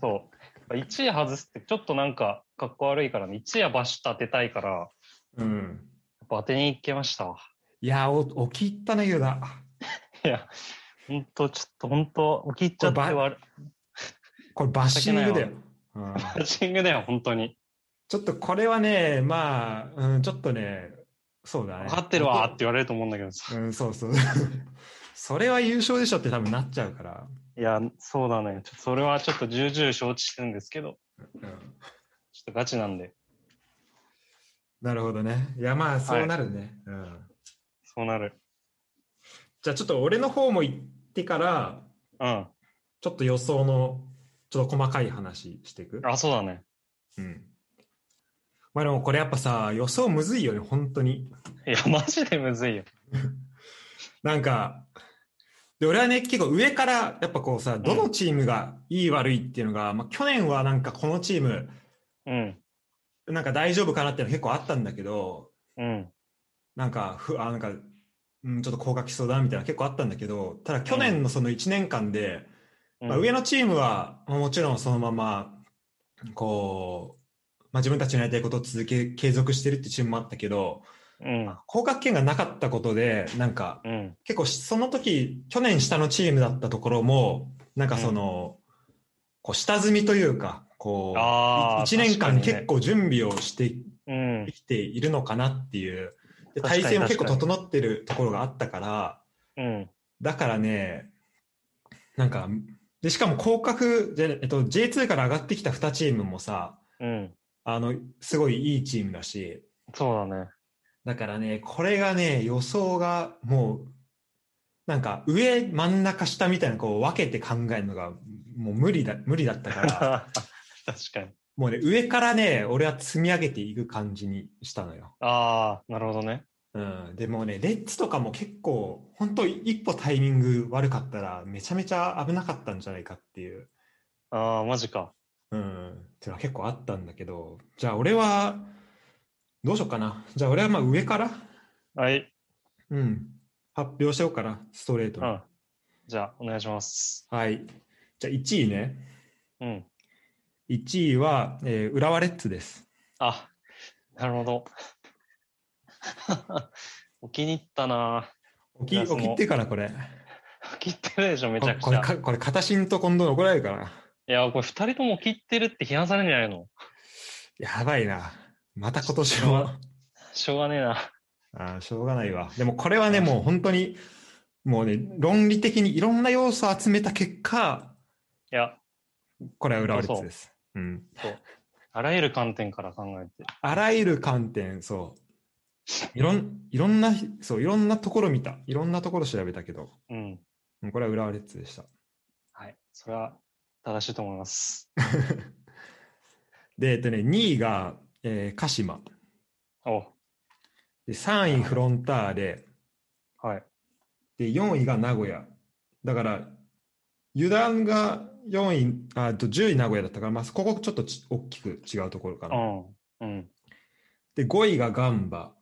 Speaker 2: そう。1位外すってちょっとなんかかっこ悪いからね。1位はバシッと当てたいから、やっ
Speaker 1: うん。
Speaker 2: ぱ当てに行けましたわ。
Speaker 1: いやー、お、おき入ったな、ユダ。
Speaker 2: いや、ほんとちょっとほんと、起き入っちゃって
Speaker 1: これば
Speaker 2: 悪い。
Speaker 1: これバッシングだよ。うん
Speaker 2: パチングだよ、本当に。
Speaker 1: ちょっとこれはね、まあ、うん、ちょっとね、そうだね。
Speaker 2: 分かってるわって言われると思うんだけどさ。
Speaker 1: うん、そう そう。それは優勝でしょって多分なっちゃうから。
Speaker 2: いや、そうだね。ちょっとそれはちょっと重々承知してるんですけど、
Speaker 1: うん
Speaker 2: ちょっとガチなんで、
Speaker 1: なるほどね。いや、まあ、そうなるね。うん。
Speaker 2: そうなる。
Speaker 1: じゃあちょっと俺の方も行ってから、
Speaker 2: うん。
Speaker 1: ちょっと予想の、ちょっと細かい話していく。
Speaker 2: あ、そうだね。
Speaker 1: うん。まあでもこれやっぱさ、予想むずいよね、本当に。
Speaker 2: いや、マジでむずいよ。
Speaker 1: なんか、で俺はね、結構上から、やっぱこうさ、どのチームがいい悪いっていうのが、まあ去年はなんかこのチーム、
Speaker 2: うん。
Speaker 1: なんか大丈夫かなっていうの結構あったんだけど、
Speaker 2: うん。
Speaker 1: なんか、ふあなんか、うん、ちょっと降下きそうだみたいな結構あったんだけど、ただ去年のその1年間で、まあ、上
Speaker 2: の。
Speaker 1: のチームは、まあもちろんそのまま、こう、まあ自分たちのやりたいことを続け、継続してるってチームもあったけど、
Speaker 2: うん。
Speaker 1: 降格圏がなかったことで、なんか、
Speaker 2: うん。
Speaker 1: 結構しその時去年下のチームだったところもなんかその、こう下積みというかこう
Speaker 2: あー
Speaker 1: 1年間
Speaker 2: 確かにね
Speaker 1: 結構準備をして
Speaker 2: うん
Speaker 1: きているのかなっていうで
Speaker 2: 確かに
Speaker 1: 体制も結構
Speaker 2: 確か
Speaker 1: 整ってるところがあったから
Speaker 2: うん。
Speaker 1: だからねなんかでしかも降格じゃ、えっと、J2 から上がってきた2チームもさ
Speaker 2: うん。
Speaker 1: あのすごいいいチームだし
Speaker 2: そうだ ね。
Speaker 1: だからね、これがね、予想がもう、なんか上、真ん中、下みたいなこう分けて考えるのがもう無理だ、 無理だったか
Speaker 2: 確
Speaker 1: ら、
Speaker 2: かに。
Speaker 1: もうね、上からね、俺は積み上げていく感じにしたのよ。
Speaker 2: ああ、なるほどね。
Speaker 1: うん。でもうね、レッツとかも結構、本当一歩タイミング悪かったら、めちゃめちゃ危なかったんじゃないかっていう、
Speaker 2: ああ、マジか。
Speaker 1: うん、っていうのは結構あったんだけど、じゃあ俺は、どうしようかな。じゃあ俺はまあ上から、
Speaker 2: はい。
Speaker 1: うん、発表しようかな、ストレート
Speaker 2: う
Speaker 1: に。
Speaker 2: ん。じゃあ、お願いします。
Speaker 1: はい。じゃあ1位ね。
Speaker 2: うん。
Speaker 1: 1位は、えー浦和レッズです。
Speaker 2: あ、なるほど。 お気に入ったな
Speaker 1: 起き
Speaker 2: 浦和
Speaker 1: 起
Speaker 2: も
Speaker 1: きってからこれ。
Speaker 2: 切ってるでしょ、めちゃく
Speaker 1: こ
Speaker 2: ち
Speaker 1: れ
Speaker 2: ゃ。
Speaker 1: かこれ、片新と今度怒られるかな。
Speaker 2: いや、これ二人とも切ってるって批判されるんじゃないの
Speaker 1: やばいな。また今年
Speaker 2: ちょっ
Speaker 1: も。
Speaker 2: しょうがねえな。
Speaker 1: あーしょうがないわ。でもこれはね、もう本当に、もうね、論理的にいろんな要素を集めた結果、
Speaker 2: いや、
Speaker 1: これは浦和レッズです。うん。
Speaker 2: あらゆる観点から考えて。
Speaker 1: あらゆる観点、そう。いろん、いろんな、そう、いろんなところ見た。いろんなところ調べたけど、
Speaker 2: うん。
Speaker 1: うんこれは浦和レッズでした。
Speaker 2: はい。それは正しいと思います。
Speaker 1: で、えっとね、2位が、えー鹿島。
Speaker 2: お
Speaker 1: で、3位フロンターレ。
Speaker 2: はい。
Speaker 1: で、4位が名古屋。だから、油断が4位、あと10位名古屋だったから、まあ、ここちょっとち大きく違うところか
Speaker 2: う
Speaker 1: な。
Speaker 2: ん。うん。
Speaker 1: で、5位がガンバ。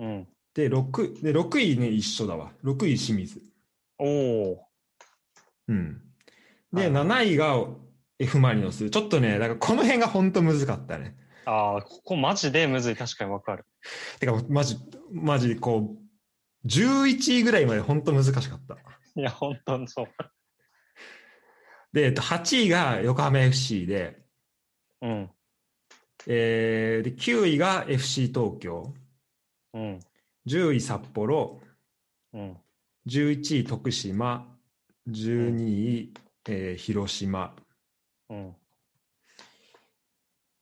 Speaker 2: うん。
Speaker 1: で、6, で6位ね、一緒だわ。6位清水。
Speaker 2: おお。
Speaker 1: うん。で、
Speaker 2: はい
Speaker 1: 7位が F ・マリノス。ちょっとね、だからこの辺が本当むずかったね。
Speaker 2: ああ、ここマジでむずい。確かにわかる。
Speaker 1: てか、マジ、マジ、こう、11位ぐらいまで本当難しかった。
Speaker 2: いや、本当にそう。
Speaker 1: で、えっと、8位が横浜 FC で、
Speaker 2: うん。
Speaker 1: えーで9位が FC 東京、
Speaker 2: うん。
Speaker 1: 10位札幌、
Speaker 2: うん。
Speaker 1: 11位徳島、12位、えー広島、
Speaker 2: うん。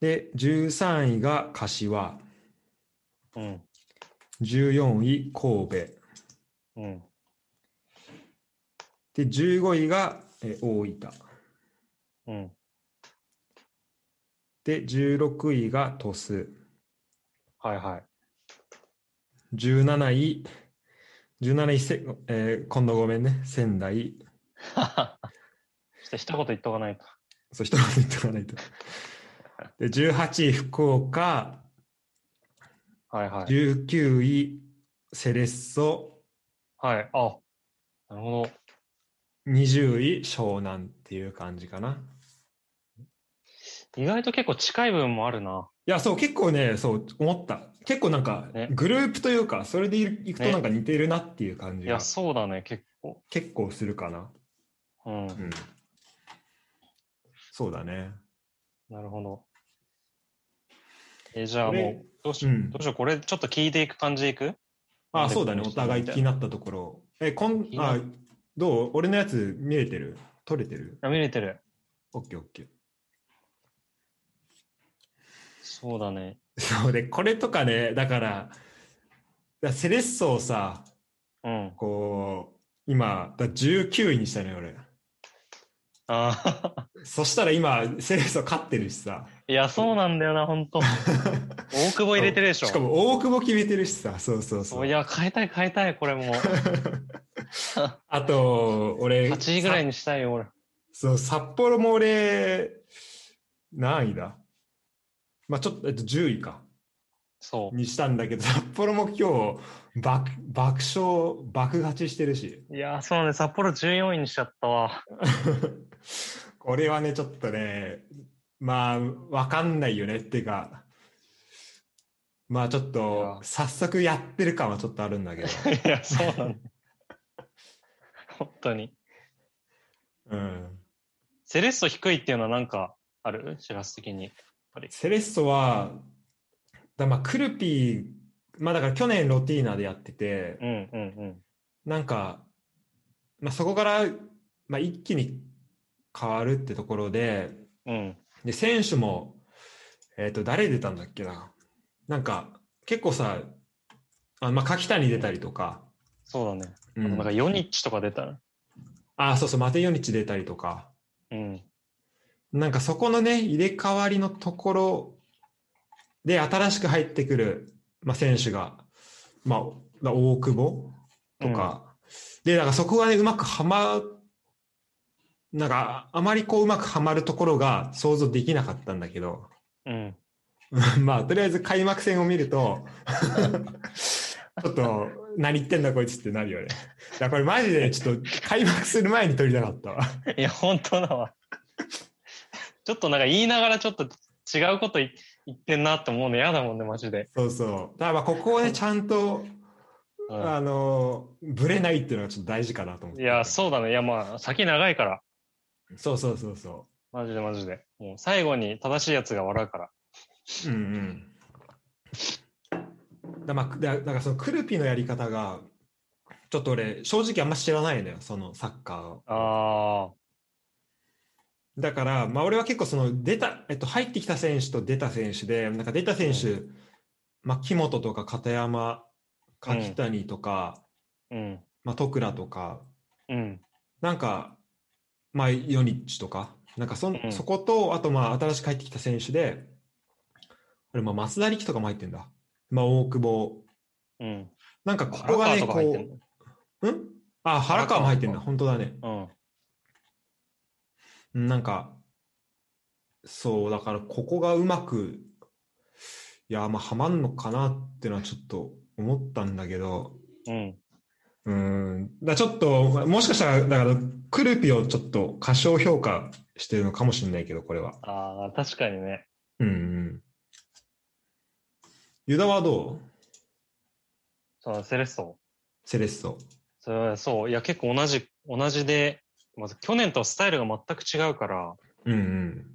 Speaker 1: で、13位が柏、
Speaker 2: うん。
Speaker 1: 14位神戸、
Speaker 2: うん。
Speaker 1: で、15位が、えー大分、
Speaker 2: うん。
Speaker 1: で、16位が鳥栖、
Speaker 2: は いはい。
Speaker 1: 17位、17位せ、えー今度ごめんね、仙台、
Speaker 2: そして一言言っとかないと。
Speaker 1: そう、一言言っておかないと。で、18位、福岡、
Speaker 2: はいはい。
Speaker 1: 19位、セレッソ、
Speaker 2: はい。あ、なるほど。
Speaker 1: 20位、湘南っていう感じかな。
Speaker 2: 意外と結構近い部分もあるな。
Speaker 1: いや、そう、結構ね、そう、思った。結構なんか
Speaker 2: ね、
Speaker 1: グループというか、それでいくと
Speaker 2: ね
Speaker 1: なんか似てるなっていう感
Speaker 2: い
Speaker 1: じが
Speaker 2: や、そうだね、結構。
Speaker 1: 結構するかな。
Speaker 2: うん。
Speaker 1: うん。そうだね。
Speaker 2: なるほど。え、じゃあ
Speaker 1: これ
Speaker 2: もう、どうし
Speaker 1: う
Speaker 2: よう。
Speaker 1: ん
Speaker 2: どうしよう。これ、ちょっと聞いていく感じでいく
Speaker 1: あ、そうだね、お互い気になったところ。え、こん
Speaker 2: 気、にな
Speaker 1: あ、どう俺のやつ見れてる取れてる
Speaker 2: あ見れてる。
Speaker 1: オッケーオッケー。
Speaker 2: そうだね。
Speaker 1: そうで、これとかね、だから、だからセレッソをさ、
Speaker 2: うん。
Speaker 1: こう、今、だ19位にしたのよ、俺。
Speaker 2: ああ、
Speaker 1: そしたら今、セレッソ勝ってるしさ。
Speaker 2: いや、そうなんだよな、ほんと。大久保入れてるでしょ。
Speaker 1: しかも、大久保決めてるしさ、そうそうそ
Speaker 2: そう
Speaker 1: う。
Speaker 2: いや、変えたい、変えたい、これ もう。
Speaker 1: あと、俺、
Speaker 2: 8位ぐらい
Speaker 1: さ
Speaker 2: にしたいよ、俺。
Speaker 1: そう、札幌も俺、何位だまあちょっと、えっと、10位か。
Speaker 2: そ
Speaker 1: にしたんだけど、札幌も今日、爆、爆笑、爆勝ちしてるし。
Speaker 2: う。いや、そうね、札幌14位にしちゃったわ。
Speaker 1: これはね、ちょっとね、まあ、わかんないよねっていうか、まあちょっ
Speaker 2: い
Speaker 1: と
Speaker 2: や、
Speaker 1: 早速やってる感はちょっとあるんだけど、
Speaker 2: いや、そうなんだよ。 本当に。
Speaker 1: うん。
Speaker 2: セレッソ低いっていうのはなんかある知らす的に。
Speaker 1: セレッソは、だまあ、クルピー、まあだから去年ロティーナでやってて
Speaker 2: う、んうん
Speaker 1: なんか、まあそこから、まあ一気に変わるってところで、
Speaker 2: うん。うん。
Speaker 1: で、選手も、えっ、と、誰出たんだっけな。なんか、結構さ、あまあ、柿谷出たりとか、
Speaker 2: そうだね。
Speaker 1: う
Speaker 2: あとなん
Speaker 1: ん
Speaker 2: か、ヨニッチとか出たら。
Speaker 1: あ、そうそう、マテヨニッチ出たりとか、
Speaker 2: うん。
Speaker 1: なんかそこのね、入れ替わりのところで、新しく入ってくる、まあ、選手が、まあ、だ大久保とか、で、だからそこがね、うまくはま、なんか、あまりこう、うまくはまるところが想像できなかったんだけど、
Speaker 2: うん。
Speaker 1: まあ、とりあえず開幕戦を見ると、ちょっと、何言ってんだこいつってなるよね。いや、これマジでちょっと開幕する前に撮りたかったわ。
Speaker 2: いや、本当だわ。ちょっとなんか言いながらちょっと違うこと言言ってんなって思うの嫌だもんね、マジで。
Speaker 1: そうそう。だからまあここをね、ちゃんと、
Speaker 2: うん
Speaker 1: あの、ぶれないっていうのがちょっと大事かなと思って。
Speaker 2: いや、そうだね。いや、まあ、先長いから。
Speaker 1: そうそうそうそ
Speaker 2: マジでマジで。もう最後に正しいやつが笑うから。
Speaker 1: う。うんうん。だまあ、くだだからそのクルピのやり方が、ちょっと俺、正直あんま知らないのよ、そのサッカーを。
Speaker 2: あ
Speaker 1: だから、まあ、俺は結構その出た、えっと、入ってきた選手と出た選手で、なんか出た選手、まあ、木本とか片山、柿谷とか、
Speaker 2: あ、うん。
Speaker 1: まあ、徳倉とか、
Speaker 2: うん。
Speaker 1: なんか、まあ、ヨニッチとか、なんかそ,、
Speaker 2: うんん、
Speaker 1: そこと、あと、まあ、新しく入ってきた選手で、あれ、まあ、松田力とかも入ってんだ。まあ、大久保。
Speaker 2: うん。
Speaker 1: なんか、ここがね、
Speaker 2: 原川とか入ってん
Speaker 1: こう、んあ、原川も入ってんだ。本当だね。
Speaker 2: の
Speaker 1: うんなんか、そう、だから、ここがうまく、いや、まあ、はまんのかなってのはちょっと思ったんだけど、
Speaker 2: うん。うん。
Speaker 1: うん、だからちょっと、もしかしたら、だから、クルピをちょっと過小評価してるのかもしれないけど、これは。
Speaker 2: ああ、確かにね。
Speaker 1: うんうん。ユダはどう
Speaker 2: そのセレッソ。
Speaker 1: セレッソ。
Speaker 2: それはそう。いや、結構同じ、同じで、まず去年とスタイルが全く違うから、
Speaker 1: うんうん。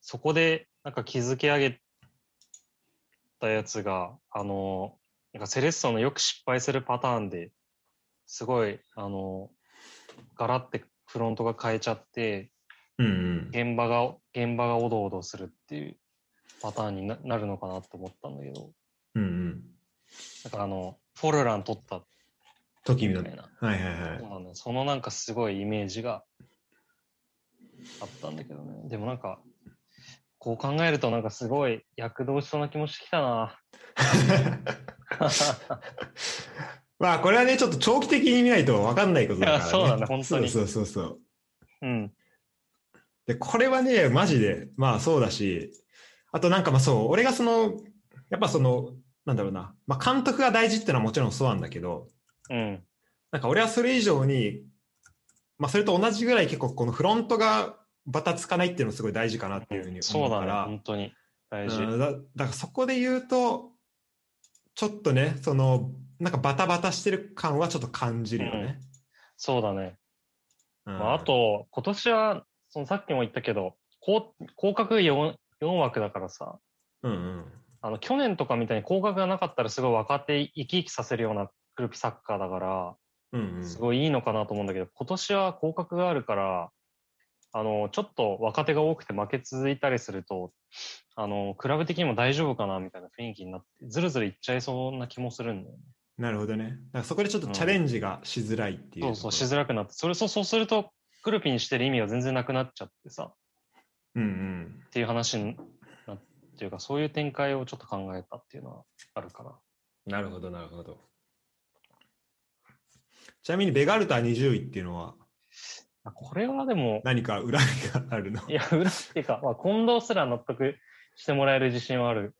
Speaker 2: そこで、なんか築き上げたやつが、あの、なんかセレッソのよく失敗するパターンですごい、あの、ガラってフロントが変えちゃって、
Speaker 1: うんうん。
Speaker 2: 現場が、現場がおどおどするっていうパターンにななるのかなと思ったんだけど、
Speaker 1: うんうん。
Speaker 2: なんかあの、フォルラン取った
Speaker 1: 時
Speaker 2: み
Speaker 1: 見
Speaker 2: た
Speaker 1: の。
Speaker 2: い
Speaker 1: はい
Speaker 2: な。
Speaker 1: はいは
Speaker 2: そ
Speaker 1: い。
Speaker 2: うなんだよそのなんかすごいイメージがあったんだけどね。でもなんか、こう考えるとなんかすごい躍動しそうな気もしてきたな。
Speaker 1: まあ、これはね、ちょっと長期的に見ないと分かんないことだから、ね。
Speaker 2: いやそうなんだ本当に
Speaker 1: そうそうそうそう。
Speaker 2: うん。
Speaker 1: で、これはね、マジで、まあそうだし、あとなんかまあそう、俺がその、やっぱその、なんだろうな、まあ監督が大事ってのはもちろんそうなんだけど、
Speaker 2: うん。
Speaker 1: なんか俺はそれ以上に、まあそれと同じぐらい結構このフロントがバタつかないっていうのすごい大事かなっていうふうに
Speaker 2: そ
Speaker 1: 思
Speaker 2: う
Speaker 1: う
Speaker 2: だ
Speaker 1: か
Speaker 2: ね。
Speaker 1: ら、
Speaker 2: 本当に。大事。
Speaker 1: うんだだからそこで言うと、ちょっとね、その、なんかバタバタしてる感はちょっと感じるよね。
Speaker 2: そうだね。
Speaker 1: うん
Speaker 2: まあ、あ、と、今年は、そのさっきも言ったけど、降降格 4, 四枠だからさ、
Speaker 1: うんうん。
Speaker 2: あの、去年とかみたいに降格がなかったらすごい若手生き生きさせるようなグループサッカーだから、
Speaker 1: うんうん、
Speaker 2: すごいいいのかなと思うんだけど、今年は降格があるから、あの、ちょっと若手が多くて負け続いたりすると、あの、クラブ的にも大丈夫かなみたいな雰囲気になって、ずるずるいっちゃいそうな気もするんだよね。
Speaker 1: なるほどね。だからそこでちょっとチャレンジがしづらいっていう、
Speaker 2: そうそう、しづらくなって、それそうそうすると、グループにしてる意味が全然なくなっちゃってさ、
Speaker 1: うんうん。
Speaker 2: っていう話になっていうか、そういう展開をちょっと考えたっていうのはあるかな。
Speaker 1: なるほど、なるほど。ちなみにベガルタ20位っていうのは
Speaker 2: あこれはでも、
Speaker 1: 何か裏があるの
Speaker 2: いや、裏っていうか、まあ、近藤すら納得してもらえる自信は ある。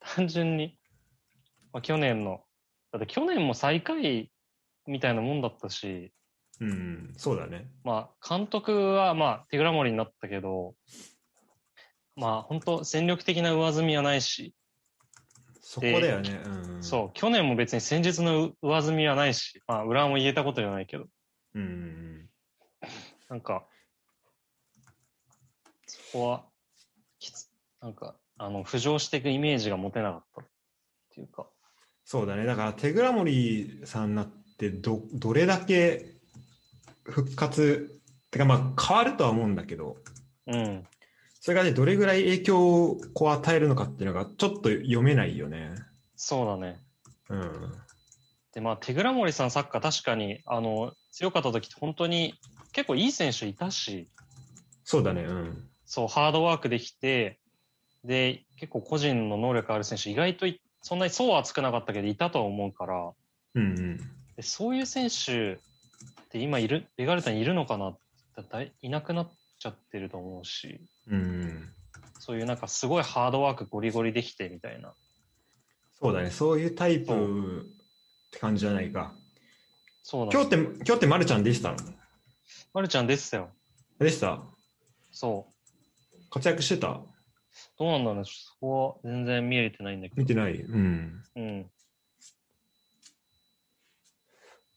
Speaker 2: 単純に、まあ、去年の、だって去年も最下位みたいなもんだったし、
Speaker 1: うん、そうだね。
Speaker 2: まあ、監督は、まあ、手倉森になったけど、まあ、本当戦力的な上積みはないし、
Speaker 1: そこだよね。うん、
Speaker 2: そう、去年も別に戦術の上積みはないし、まあ、裏も言えたことじゃないけど、
Speaker 1: う。うん、
Speaker 2: なんか、そこは、きつ、なんか、あの、浮上していくイメージが持てなかったっていうか、
Speaker 1: そうだね。だから手倉森さんになってど、どれだけ復活、てかまあ変わるとは思うんだけど、
Speaker 2: うん、
Speaker 1: それがね、どれぐらい影響をこう与えるのかっていうのがちょっと読めないよね。
Speaker 2: そうだね。
Speaker 1: うん。
Speaker 2: で、まあ、手倉森さんサッカー確かに、あの、強かった時って本当に結構いい選手いたし、
Speaker 1: そうだね。うん。
Speaker 2: そう、ハードワークできて、で、結構個人の能力ある選手、意外といそんなにそうは厚くなかったけど、いたとは思うから、
Speaker 1: うんうん。
Speaker 2: でそういう選手って今いる、ベガルタにいるのかなだだいいなくなっちゃってると思うし、
Speaker 1: うんうん。
Speaker 2: そういうなんかすごいハードワークゴリゴリできてみたいな
Speaker 1: そうだね、そういうタイプって感じじゃないか。
Speaker 2: そうなん
Speaker 1: 今
Speaker 2: で
Speaker 1: 日っ
Speaker 2: す。
Speaker 1: て、今日ってまるちゃんでした
Speaker 2: まるちゃん出てたよ。
Speaker 1: でした
Speaker 2: そう。
Speaker 1: 活躍してた
Speaker 2: どうなんだろうね。そこは全然見えてないんだけ
Speaker 1: 見てないうん。
Speaker 2: ど。うん。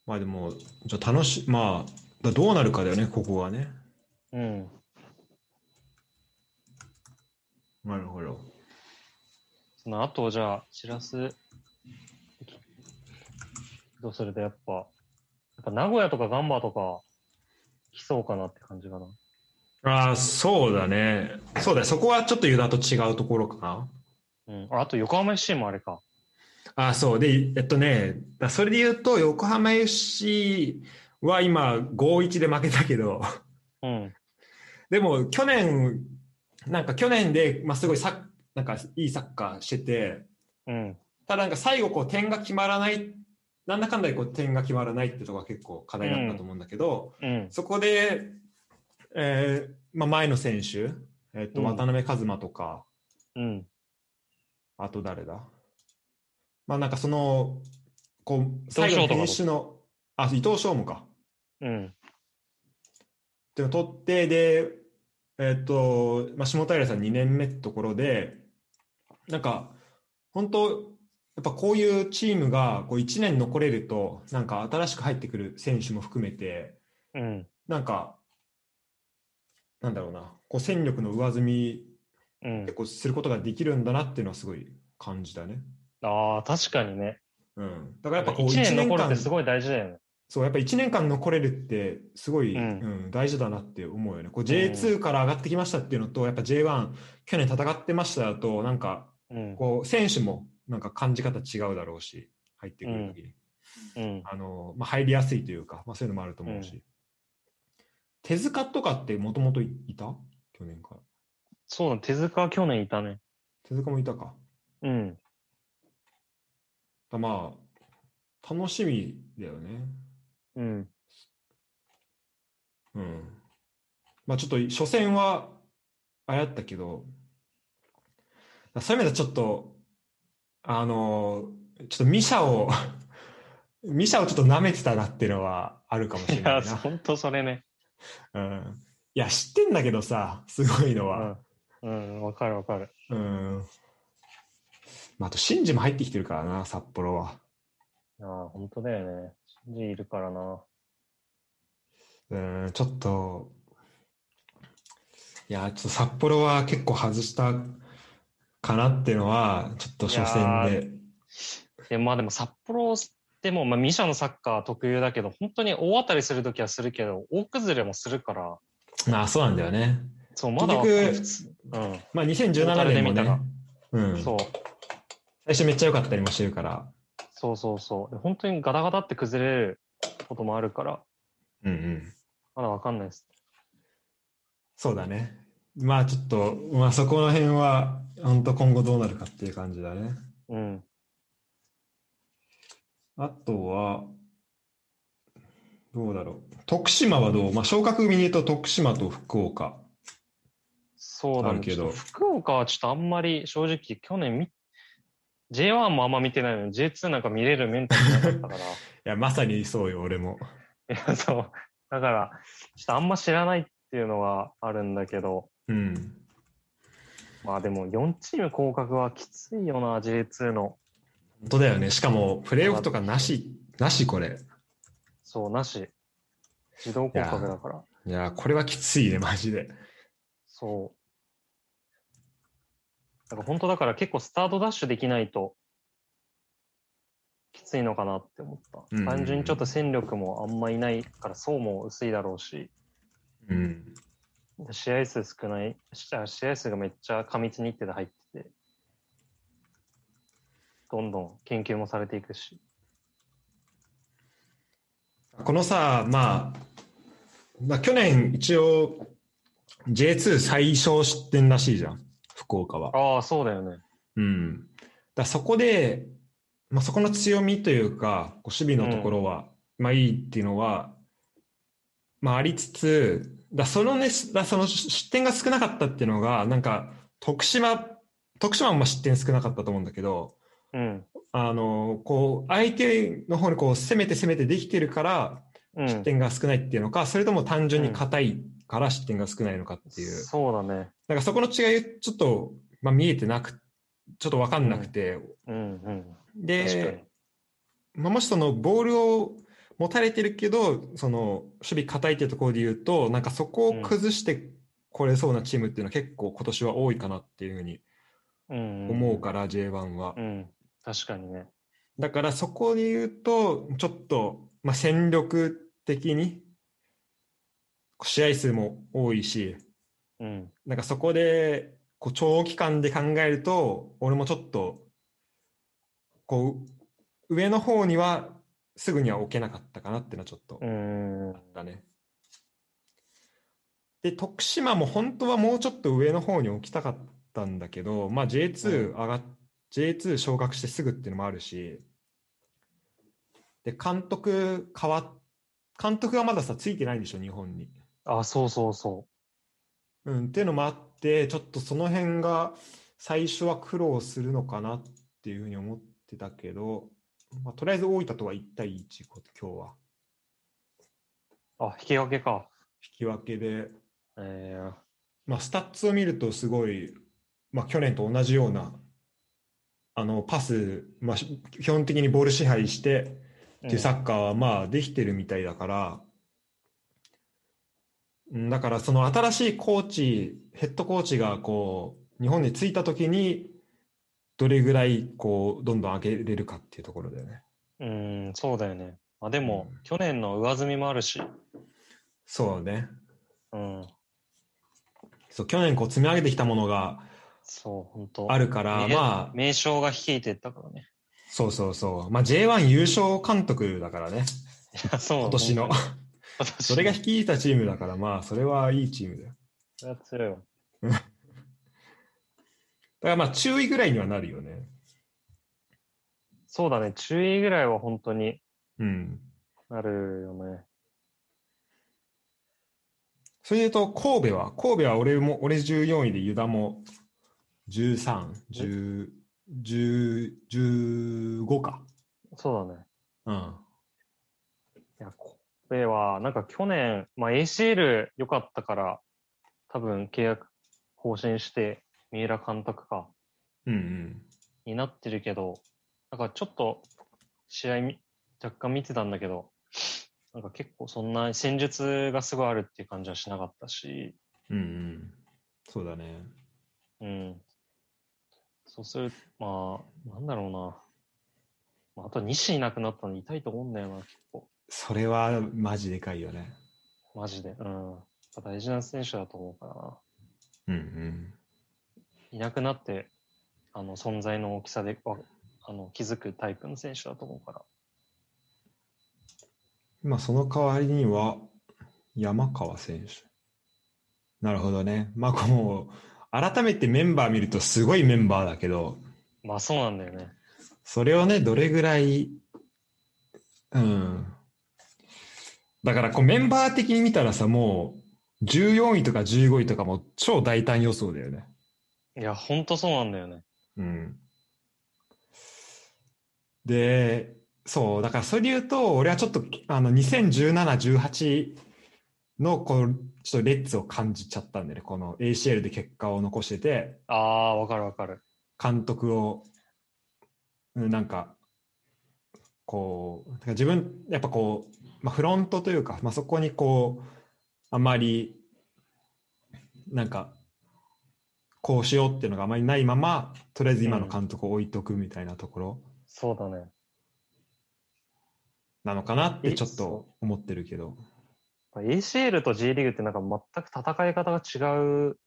Speaker 1: まあでも、じゃあ楽し、まあ、だどうなるかだよね、ここはね。
Speaker 2: うん。
Speaker 1: なるほど。
Speaker 2: その後、じゃあ、しらす、どうするとやっぱ、やっぱ名古屋とかガンバとか、来そうかなって感じかな。
Speaker 1: ああ、そうだね。そうだね、そこはちょっとユダと違うところかな。
Speaker 2: うん。ああと、横浜 FC もあれか。
Speaker 1: あそうでえっとねだそれで言うと横浜 FC は今5-1で負けたけど
Speaker 2: うん。
Speaker 1: でも去年なんか去年で、まあ、すごいサッなんかいいサッカーしてて
Speaker 2: うん。
Speaker 1: ただなんか最後こう点が決まらないなんだかんだでこう点が決まらないってとこが結構課題だったと思うんだけど、
Speaker 2: うん。
Speaker 1: そこで、えーまあ、前の選手、えっと
Speaker 2: うん
Speaker 1: 渡辺一馬とか、
Speaker 2: うん。
Speaker 1: あと誰だまあなんかその、こう、
Speaker 2: 藤
Speaker 1: 最後
Speaker 2: 翔
Speaker 1: の
Speaker 2: とかも
Speaker 1: 編集の、あ、伊藤翔もか。
Speaker 2: うん。
Speaker 1: っていうのを取って、で、えっ、と、まあ、下平さん2年目ってところで、なんか、本当やっぱこういうチームがこう1年残れると、なんか新しく入ってくる選手も含めて、
Speaker 2: うん。
Speaker 1: なんか、なんだろうな、こう戦力の上積み
Speaker 2: うん
Speaker 1: で。こうすることができるんだなっていうのはすごい感じだね。
Speaker 2: ああ、確かにね。
Speaker 1: うん。だからや
Speaker 2: や
Speaker 1: っぱこう
Speaker 2: 1
Speaker 1: 1
Speaker 2: 年
Speaker 1: 年
Speaker 2: 残るっ
Speaker 1: 間
Speaker 2: てすごい大事だよね。
Speaker 1: そうやっぱ1年間残れるってすごい、
Speaker 2: う
Speaker 1: うんん大事だなって思うよねこう J2 から上がってきましたっていうのと、やっぱ J1 去年戦ってましただとなんか
Speaker 2: うん。
Speaker 1: こう選手もなんか感じ方違うだろうし入ってくる時に、
Speaker 2: うん。
Speaker 1: あのまあ、入りやすいというか、まあ、そういうのもあると思うし、手塚とかってもともといた去年から
Speaker 2: そうだ、手塚は去年いたね。
Speaker 1: 手塚もいたか
Speaker 2: うん。
Speaker 1: だまあ楽しみだよね
Speaker 2: うん。
Speaker 1: うん。まあちょっと初戦はあれだったけど、そういう意味ではちょっと、あの、ちょっとミシャを、 ミシャをちょっと舐めてたなっていうのはあるかもし
Speaker 2: い
Speaker 1: れな
Speaker 2: や、
Speaker 1: いな。
Speaker 2: ほんとそれね。
Speaker 1: うん、いや、知ってんだけどさ、すごいのは。
Speaker 2: うん。うん、わかるわかる。
Speaker 1: うん。まあ、あと、シンジも入ってきてるからな、札幌は。
Speaker 2: ああ、ほんとだよね。シンジいるからな。
Speaker 1: うん、ちょっと、いや、ちょっと札幌は結構外したかなっていうのは、ちょっと初戦で。
Speaker 2: でまあでも札幌でも、まあ、ミシャのサッカー特有だけど、本当に大当たりするときはするけど、大崩れもするから、
Speaker 1: まあ、そうなんだよね。
Speaker 2: そう、ま
Speaker 1: 結
Speaker 2: だわかる普
Speaker 1: 局、
Speaker 2: 通。うん。
Speaker 1: まあ、2017年も
Speaker 2: トータルで見たら
Speaker 1: ね、うん、
Speaker 2: そ
Speaker 1: 最
Speaker 2: う、
Speaker 1: 初めっちゃ良かったりもしてるから、
Speaker 2: そうそうそう。で本当にガタガタって崩れることもあるから、
Speaker 1: うんうん、
Speaker 2: まだわかんないです。
Speaker 1: そうだね。まあ、ちょっと、まあ、そこら辺は、本当今後どうなるかっていう感じだね。
Speaker 2: うん。
Speaker 1: あとは、どうだろう。徳島はどうまあ、昇格組で言うと徳島と福岡。
Speaker 2: そうだ
Speaker 1: ある
Speaker 2: ね。
Speaker 1: けど
Speaker 2: ちょっと福岡はちょっとあんまり正直、去年み、J1 もあんま見てないのに、J2 なんか見れるメンタルなかった から。
Speaker 1: いや、まさにそうよ、俺も。
Speaker 2: いや、そう。だから、ちょっとあんま知らないっていうのはあるんだけど、
Speaker 1: うん。
Speaker 2: まあでも4チーム降格はきついよな、J2 の。
Speaker 1: 本当だよね。しかも、プレーオフとかなし、なし、これ。
Speaker 2: そう、なし。自動降格だから。
Speaker 1: いやー、これはきついね、マジで。
Speaker 2: そう。だから本当だから結構スタートダッシュできないときついのかなって思った。
Speaker 1: うんうんうん
Speaker 2: 単純にちょっと戦力もあんまいないから層も薄いだろうし、
Speaker 1: うん。
Speaker 2: 試合数少ない、しあ試合数がめっちゃ過密日程で入ってて、どんどん研究もされていくし。
Speaker 1: このさ、まあ、まあ、去年、一応、J2 最小失点らしいじゃん、福岡は。
Speaker 2: ああ、そうだよね。
Speaker 1: うん。だからそこで、まあ、そこの強みというか、こう守備のところは、まあいいっていうのは、まあありつつ、だそのね、しだその失点が少なかったっていうのが、なんか、徳島、徳島もまあ失点少なかったと思うんだけど、
Speaker 2: うん。
Speaker 1: あのこう相手の方にこう攻めて攻めてできてるから
Speaker 2: うん
Speaker 1: 失点が少ないっていうのか、それとも単純に硬いから失点が少ないのかっていう、
Speaker 2: そうだね。
Speaker 1: なんかそこの違いちょっと、まあ、見えてなくちょっと分かんなくて、
Speaker 2: うんうん。確かに
Speaker 1: で、。まあ、もしそのボールを持たれてるけどその守備硬いっていうところで言うとなんかそこを崩してこれそうなチームっていうのは結構今年は多いかなっていうふうに
Speaker 2: うんん
Speaker 1: 思うから、J1 は
Speaker 2: う。ん。確かにね。
Speaker 1: だからそこで言うと、ちょっと、まあ、戦力的に、試合数も多いし、
Speaker 2: うん。
Speaker 1: なんかそこで、こう長期間で考えると、俺もちょっと、こう、上の方にはすぐには置けなかったかなっていうのはちょっと
Speaker 2: うん。
Speaker 1: あったね。で、徳島も本当はもうちょっと上の方に置きたかったんだけど、まあ J2 上がっ、J2 昇格してすぐっていうのもあるし、で、監督変わっ、監督がまださ、ついてないんでしょ、日本に。
Speaker 2: あ、そうそうそ
Speaker 1: うん、っていうのもあって、ちょっとその辺が最初は苦労するのかなっていうふうに思ってたけど、まあ、とりあえず大分とは1対1、今日は。
Speaker 2: う。あ、引き分けか。
Speaker 1: 引き分けで、
Speaker 2: えー、
Speaker 1: まあ、スタッツを見るとすごい、まあ、去年と同じようなあのパス、まあ、し基本的にボール支配してっていうサッカーはまあできてるみたいだから、うんだからその新しいコーチヘッドコーチがこう日本に着いた時にどれぐらいこうどんどん上げれるかっていうところだよね。
Speaker 2: うん、そうだよね。まあでも、
Speaker 1: うん
Speaker 2: 去年の上積みもあるし、
Speaker 1: そうね
Speaker 2: うん、
Speaker 1: そう去年こう積み上げてきたものが
Speaker 2: そう、本当
Speaker 1: あるから、
Speaker 2: ね
Speaker 1: まあ、
Speaker 2: 名称が率いてったからね。
Speaker 1: そうそうそう。まあ、J1 優勝監督だからね、
Speaker 2: いやそう。
Speaker 1: 今年の
Speaker 2: 本。当に。
Speaker 1: それが率いたチームだから、まあ、それはいいチームだよ。
Speaker 2: それは強いよ。
Speaker 1: だからまあ、注意ぐらいにはなるよね。
Speaker 2: そうだね、注意ぐらいは本当に
Speaker 1: うん。
Speaker 2: なるよね。
Speaker 1: それで言うと、神戸は、神戸は俺も、俺14位で湯田も13、10、10 15か。
Speaker 2: そうだね。
Speaker 1: うん。
Speaker 2: いや、神戸は、なんか去年、まあ ACL 良かったから、多分契約更新して、三浦監督か、
Speaker 1: うんうん。
Speaker 2: になってるけど、なんかちょっと試合み若干見てたんだけど、なんか結構そんな戦術がすごいあるっていう感じはしなかったし、
Speaker 1: うんうん。そうだね。
Speaker 2: うん。そうする、まあ、なんだろうな。まあ、あと西いなくなったの痛いと思うんだよな、結構。
Speaker 1: それは、マジでかいよね。
Speaker 2: マジで。うん。やっぱ大事な選手だと思うからな。
Speaker 1: うんうん。
Speaker 2: いなくなって、あの、存在の大きさで、わあの、気づくタイプの選手だと思うから。
Speaker 1: まあ、その代わりには、山川選手。なるほどね。まあ、こう、改めてメンバー見るとすごいメンバーだけど、
Speaker 2: まあ、そうなんだよね。
Speaker 1: それをね、どれぐらい、うん。だから、こう、メンバー的に見たらさ、もう、14位とか15位とかも超大胆予想だよね。
Speaker 2: いや、ほんとそうなんだよね。
Speaker 1: うん。で、そう、だからそれで言うと、俺はちょっと、あの、2017、18の、こう、ちょっとレッツを感じちゃったんでね、この ACL で結果を残してて、
Speaker 2: ああ、わかるわかる。
Speaker 1: 監督を、うんなんか、こう、だから自分、やっぱこう、まあ、フロントというか、まあ、そこにこう、あまり、なんか、こうしようっていうのがあまりないまま、とりあえず今の監督を置いとくみたいなところ
Speaker 2: そうだね。
Speaker 1: なのかなって
Speaker 2: え
Speaker 1: ちょっと
Speaker 2: そ
Speaker 1: 思ってるけど。
Speaker 2: まあ ACL と J リーグってなんか全く戦い方が違う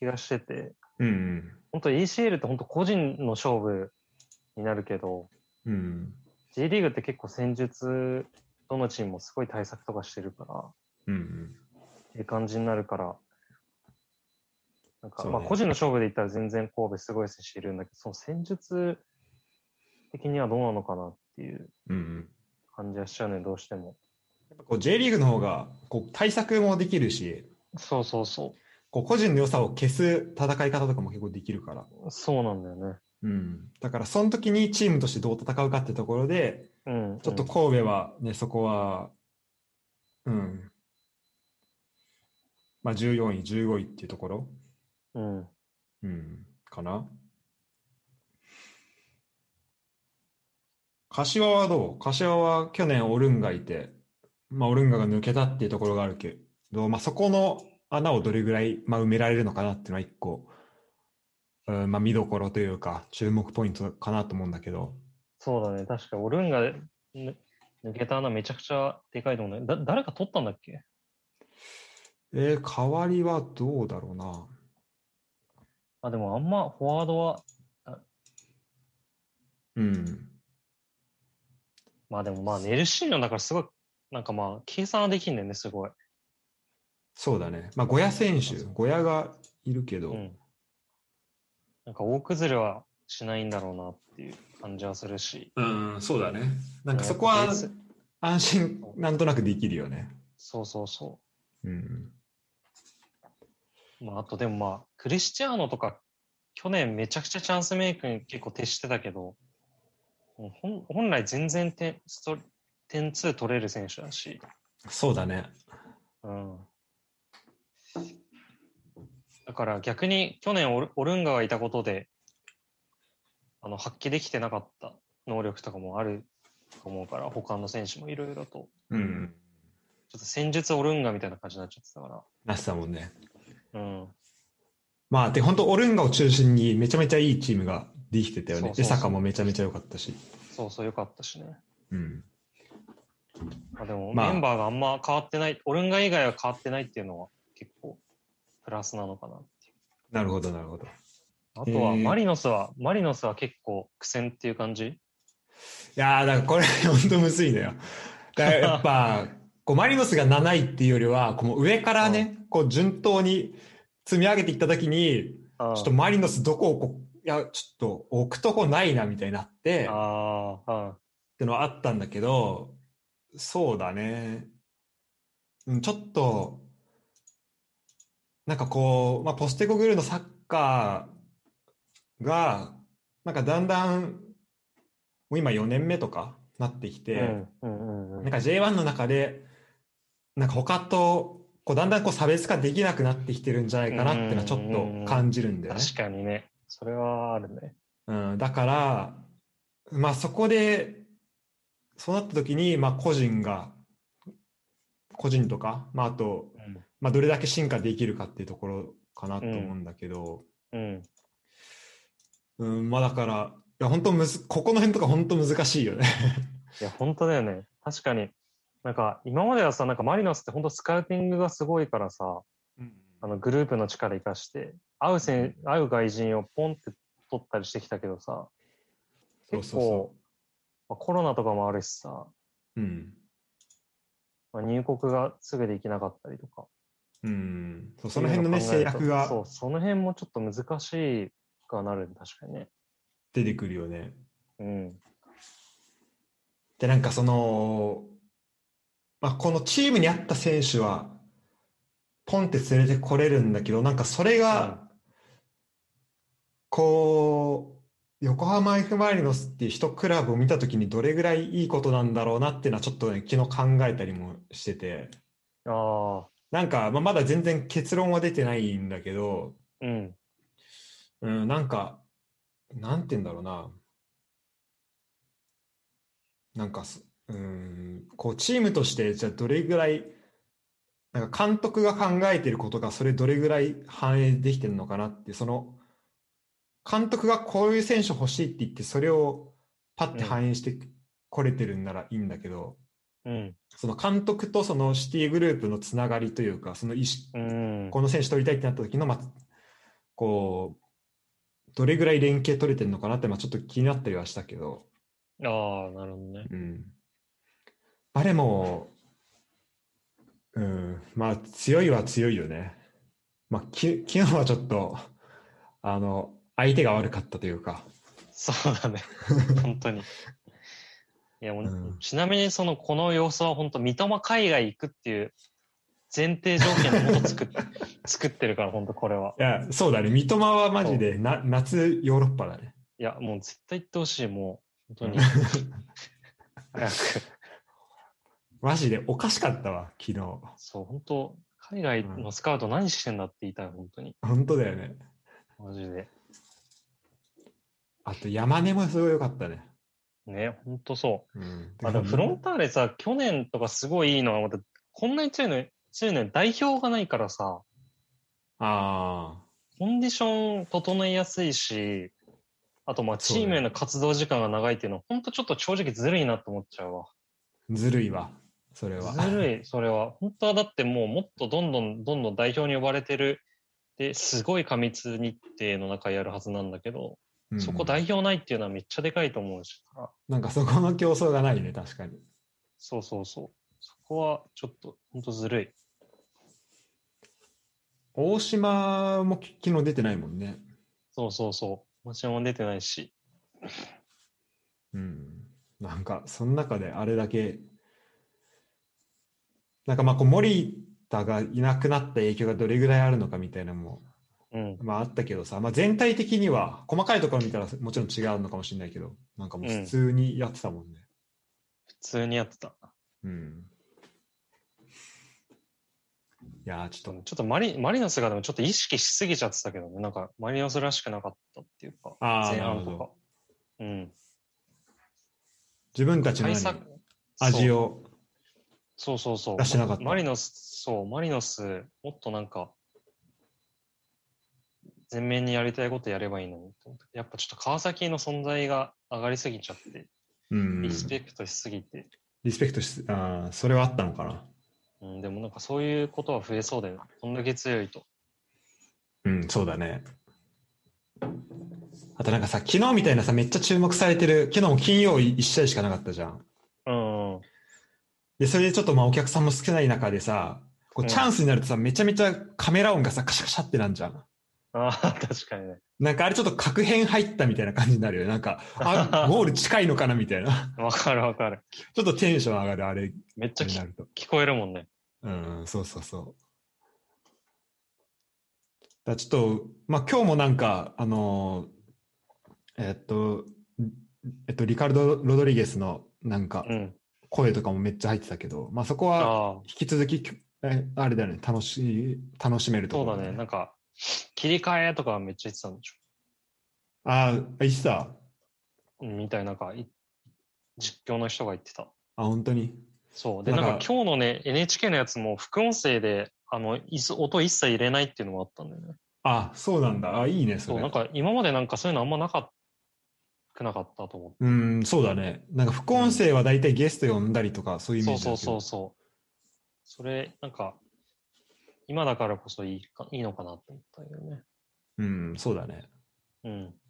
Speaker 2: 気がしてて、
Speaker 1: うん
Speaker 2: 本当 ACL って本当個人の勝負になるけど、
Speaker 1: うん。うん。
Speaker 2: J リーグって結構戦術、どのチームもすごい対策とかしてるから、
Speaker 1: うんうん。
Speaker 2: ええ感じになるから、なんか、
Speaker 1: そうね
Speaker 2: まあ個人の勝負で言ったら全然神戸すごい選手いるんだけど、その戦術的にはどうなのかなっていう
Speaker 1: うんうん。
Speaker 2: 感じはしちゃうね、どうしても。
Speaker 1: やっぱこう J リーグの方が、こう対策もできるし、
Speaker 2: そうそうそ
Speaker 1: こう個人の良さを消す戦い方とかも結構できるから。
Speaker 2: う。そうなんだよね。
Speaker 1: うん、だからその時にチームとしてどう戦うかってところで
Speaker 2: うん、
Speaker 1: ちょっと神戸はね、そこは、うん、まあ14位、15位っていうところ、
Speaker 2: うん、うん
Speaker 1: うん、かな。柏はどう柏は去年オルンガいて、まあ、オルンガが抜けたっていうところがあるけど、まあ、そこの穴をどれぐらい、まあ、埋められるのかなっていうのは一個、うんまあ、見どころというか注目ポイントかなと思うんだけど、
Speaker 2: そうだね、確かオルンがぬ抜けた穴めちゃくちゃでかいと思うね。だ誰か取ったんだっけ
Speaker 1: えー代わりはどうだろうな。
Speaker 2: あ、でもあんまフォワードは、
Speaker 1: うん。
Speaker 2: まあでもまあネルシーノだからすごい、なんかまあ計算はできんだよね、すごい。
Speaker 1: そうだね。まあ、小屋選手、小屋がいるけど、
Speaker 2: うん。なんか大崩れはしないんだろうなっていう感じはするし。
Speaker 1: うん、そうだね。なんかそこ
Speaker 2: やっ
Speaker 1: は
Speaker 2: ぱベース
Speaker 1: 安心、なんとなくできるよね。
Speaker 2: そうそうそ
Speaker 1: うん。
Speaker 2: う。まああとでもまあ、クリスチアーノとか、去年めちゃくちゃチャンスメイクに結構徹してたけど、もう本本来全然点数点数取れる選手だし。
Speaker 1: そうだね。
Speaker 2: うんだから逆に去年オルオルンガがいたことであの発揮できてなかった能力とかもあると思うから他の選手もいろいろと
Speaker 1: うん。
Speaker 2: ちょっと戦術オルンガみたいな感じになっちゃってたか
Speaker 1: なってたもんね。
Speaker 2: ら、うん、
Speaker 1: まあ、で、本当オルンガを中心にめちゃめちゃいいチームができてたよね
Speaker 2: そう。そ
Speaker 1: 江
Speaker 2: うそう
Speaker 1: 坂もめちゃめちゃ良かったし。
Speaker 2: そうそうよかったしね、
Speaker 1: うん。
Speaker 2: まあ、でも
Speaker 1: まあ
Speaker 2: メンバーがあんま変わってない、オルンガ以外は変わってないっていうのは結構プラスなのかなっていう
Speaker 1: なるほど、なるほど。
Speaker 2: あとは
Speaker 1: へえ
Speaker 2: マリノスは、マリノスは結構苦戦っていう感じ
Speaker 1: いやー、だからこれ本当むずいのよ。だからやっぱ、こうマリノスが7位っていうよりは、こう上からね、こう順当に積み上げていったときに、
Speaker 2: ちょ
Speaker 1: ちょっとマリノスどこをこう、いや、ちょっと置くとこないなみたいになって、っ
Speaker 2: あーあー
Speaker 1: てのはあったんだけど、そうだね。うんちょっと、なんかこう、まあ、ポステコグルーのサッカーが、なんかだんだん、もう今4年目とかなってきて、
Speaker 2: うんうんうんうん
Speaker 1: なんか J1 の中で、なんか他と、こうだんだんこう差別化できなくなってきてるんじゃないかなっていうのはちょっと感じるんだよね。
Speaker 2: 確かにね。それはあるね。
Speaker 1: うん、だから、まあ、そこでそうなった時に、まあ、個人が個人とか、まあ、あと、まあ、どれだけ進化できるかっていうところかなと思うんだけど、
Speaker 2: うん。
Speaker 1: うんまあ、だからいや本当むずここの辺とか本当難しいよね。
Speaker 2: いや、本当だよね。確かに。なんか、今まではさ、なんかマリノスって本当スカウティングがすごいからさ、あのグループの力生かして、合う選、合う外人をポンって取ったりしてきたけどさ、
Speaker 1: そう
Speaker 2: 結
Speaker 1: そうそ
Speaker 2: 構、まあ、コロナとかもあるしさ、
Speaker 1: う。うん
Speaker 2: まあ、入国がすぐできなかったりとか。
Speaker 1: うん、そうその辺のね
Speaker 2: ってい
Speaker 1: 制
Speaker 2: うのを考えると
Speaker 1: 約が
Speaker 2: そう、その辺もちょっと難しいがなるね確かにね。
Speaker 1: 出てくるよね。
Speaker 2: うん。
Speaker 1: でなんかその、まあ、このチームに合った選手はポンって連れてこれるんだけどなんかそれがこう横浜 F ・マリノスっていう一クラブを見た時にどれぐらいいいことなんだろうなっていうのはちょっとね昨日考えたりもしてて
Speaker 2: ああ、
Speaker 1: なんか、まあ、まだ全然結論は出てないんだけど、
Speaker 2: うん。
Speaker 1: うん、なんかなんて言うんだろうななんかすうーんこうチームとしてじゃあどれぐらいなんか監督が考えてることがそれどれぐらい反映できてるのかなってその監督がこういう選手欲しいって言ってそれをパッて反映してこれてるんならいいんだけど、
Speaker 2: うん。
Speaker 1: その監督とそのシティグループのつながりというかその意識
Speaker 2: うん。
Speaker 1: この選手取りたいってなった時の、まあ、こう、どれぐらい連携取れてるのかなって、まあ、ちょっと気になったりはしたけど、
Speaker 2: ああ、なるほどね。
Speaker 1: うん。まあ、でも、うん、まあ、強いは強いよね。まあ、き昨日はちょっと、あの、相手が悪かったというか、
Speaker 2: そうだね。本当に。いや、もう
Speaker 1: うん
Speaker 2: ちなみにその、この様子は本当、三笘海外行くっていう前提条件のもと作っ作ってるから、本当これは。
Speaker 1: いや、そうだね、三笘はマジでな夏ヨーロッパだね。
Speaker 2: いいや、もう絶対行ってほしい、もう。本当に。早く。
Speaker 1: マジでおかしかったわ、昨日。
Speaker 2: そう、本当海外のスカウト何してんだって言いたい、本当に。
Speaker 1: 本当だよね。
Speaker 2: マジで。
Speaker 1: あと山根もすごい良かったね。
Speaker 2: ね、本当そうう。あ、でもフロンターレさ、去年とかすごいいいのは、また、こんなに強いの、強いのに代表がないからさ、
Speaker 1: あ
Speaker 2: コンディション整えやすいし、あとまあチームへの活動時間が長いっていうのは、本当ちょっと正直ずるいなと思っちゃうわ。
Speaker 1: あ、ずるいわ、それは。
Speaker 2: ずるい、それは。本当はだってもうもっとどんどんどんどん代表に呼ばれてる、で、すごい過密日程の中やるはずなんだけど、
Speaker 1: うん
Speaker 2: そこ代表ないっていうのはめっちゃでかいと思うし、
Speaker 1: なんかそこの競争がないね、確かに。
Speaker 2: そうそうそう。そこはちょっと本当ずるい。
Speaker 1: 大島もき昨日出てないもんね。
Speaker 2: そうそうそう。もちろん出てないし。
Speaker 1: うん。なんか、その中であれだけ、なんかまあこう、森田がいなくなった影響がどれぐらいあるのかみたいなのも、
Speaker 2: うん。
Speaker 1: まああったけどさ、まあ全体的には、細かいところ見たらもちろん違うのかもしれないけど、なんかもう普通にやってたもんね。
Speaker 2: 普通にやってた。
Speaker 1: うん。いやー、ち
Speaker 2: ち
Speaker 1: ょ
Speaker 2: ょ
Speaker 1: っと
Speaker 2: っ、とマリマリノスがでもちょっと意識しすぎちゃってたけどね。なんかマリノスらしくなかったっていうか、
Speaker 1: あー
Speaker 2: 前半
Speaker 1: なる
Speaker 2: と
Speaker 1: ほ
Speaker 2: か。うん。
Speaker 1: 自分たちの
Speaker 2: 対
Speaker 1: 何
Speaker 2: 策
Speaker 1: 味を、
Speaker 2: そうそうそうそう。
Speaker 1: 出してなかった
Speaker 2: マリノス、そう、マリノス、もっとなんか、全面にやりたいことやればいいのにと思った。やっぱちょっと川崎の存在が上がりすぎちゃって、
Speaker 1: うん、
Speaker 2: リスペクトしすぎて、
Speaker 1: リスペクトし、あーそれはあったのかな。
Speaker 2: うん、でもなんかそういうことは増えそうだよね。こんだけ強いと。
Speaker 1: うん、そうだね。あとなんかさ、昨日みたいなさ、めっちゃ注目されてる、昨日も金曜1試合しかなかったじゃん。
Speaker 2: うん、うん。
Speaker 1: で、それでちょっとまあお客さんも少ない中でさ、こ
Speaker 2: う
Speaker 1: うんチャンスになるとさ、めちゃめちゃカメラ音がさ、カシャカシャってなんじゃん。
Speaker 2: ああ、確かにね。
Speaker 1: なんかあれちょっと確変入ったみたいな感じになるよね。なんか、 あ、ゴール近いのかなみたいな。
Speaker 2: わかるわかる。
Speaker 1: ちょっとテンション上がる、あれ
Speaker 2: めっちゃ
Speaker 1: に
Speaker 2: き
Speaker 1: なると。
Speaker 2: 聞こえるもんね。
Speaker 1: うん、そうそうそう。だからちょっと、まあ、今日もなんか、あのーえっと、えっと、リカルド・ロドリゲスのなんか
Speaker 2: うん。
Speaker 1: 声とかもめっちゃ入ってたけど、まあ、そこは
Speaker 2: ああ、
Speaker 1: 引き続き、えあれだよね、楽しい、楽しめると
Speaker 2: そう
Speaker 1: こ
Speaker 2: だ
Speaker 1: ろ
Speaker 2: ね。なんか、切り替えとかめっちゃ言ってたんでしょ。
Speaker 1: ああ、いつだ。
Speaker 2: うんみたいな、なんか、い実況の人が言ってた。
Speaker 1: あ、本当に。
Speaker 2: そう。で、
Speaker 1: な
Speaker 2: なん
Speaker 1: か
Speaker 2: んか今日のね、NHK のやつも副音声で、あの、いす音一切入れないっていうのもあったんだよね。
Speaker 1: あ、そうなんだ。あ、いいね、そ
Speaker 2: そう、
Speaker 1: れ。
Speaker 2: なんか今までなんかそういうのあんまなかっくなかったと思って。
Speaker 1: うん、そうだね。なんか副音声は大体ゲスト呼んだりとか、そういうイメ
Speaker 2: そ
Speaker 1: ー
Speaker 2: う
Speaker 1: ジだけ
Speaker 2: そう
Speaker 1: ど。
Speaker 2: そうそう。それ、なんか、今だからこそいいかいいのかなって思ったけどね。
Speaker 1: うん、そうだね。
Speaker 2: うん。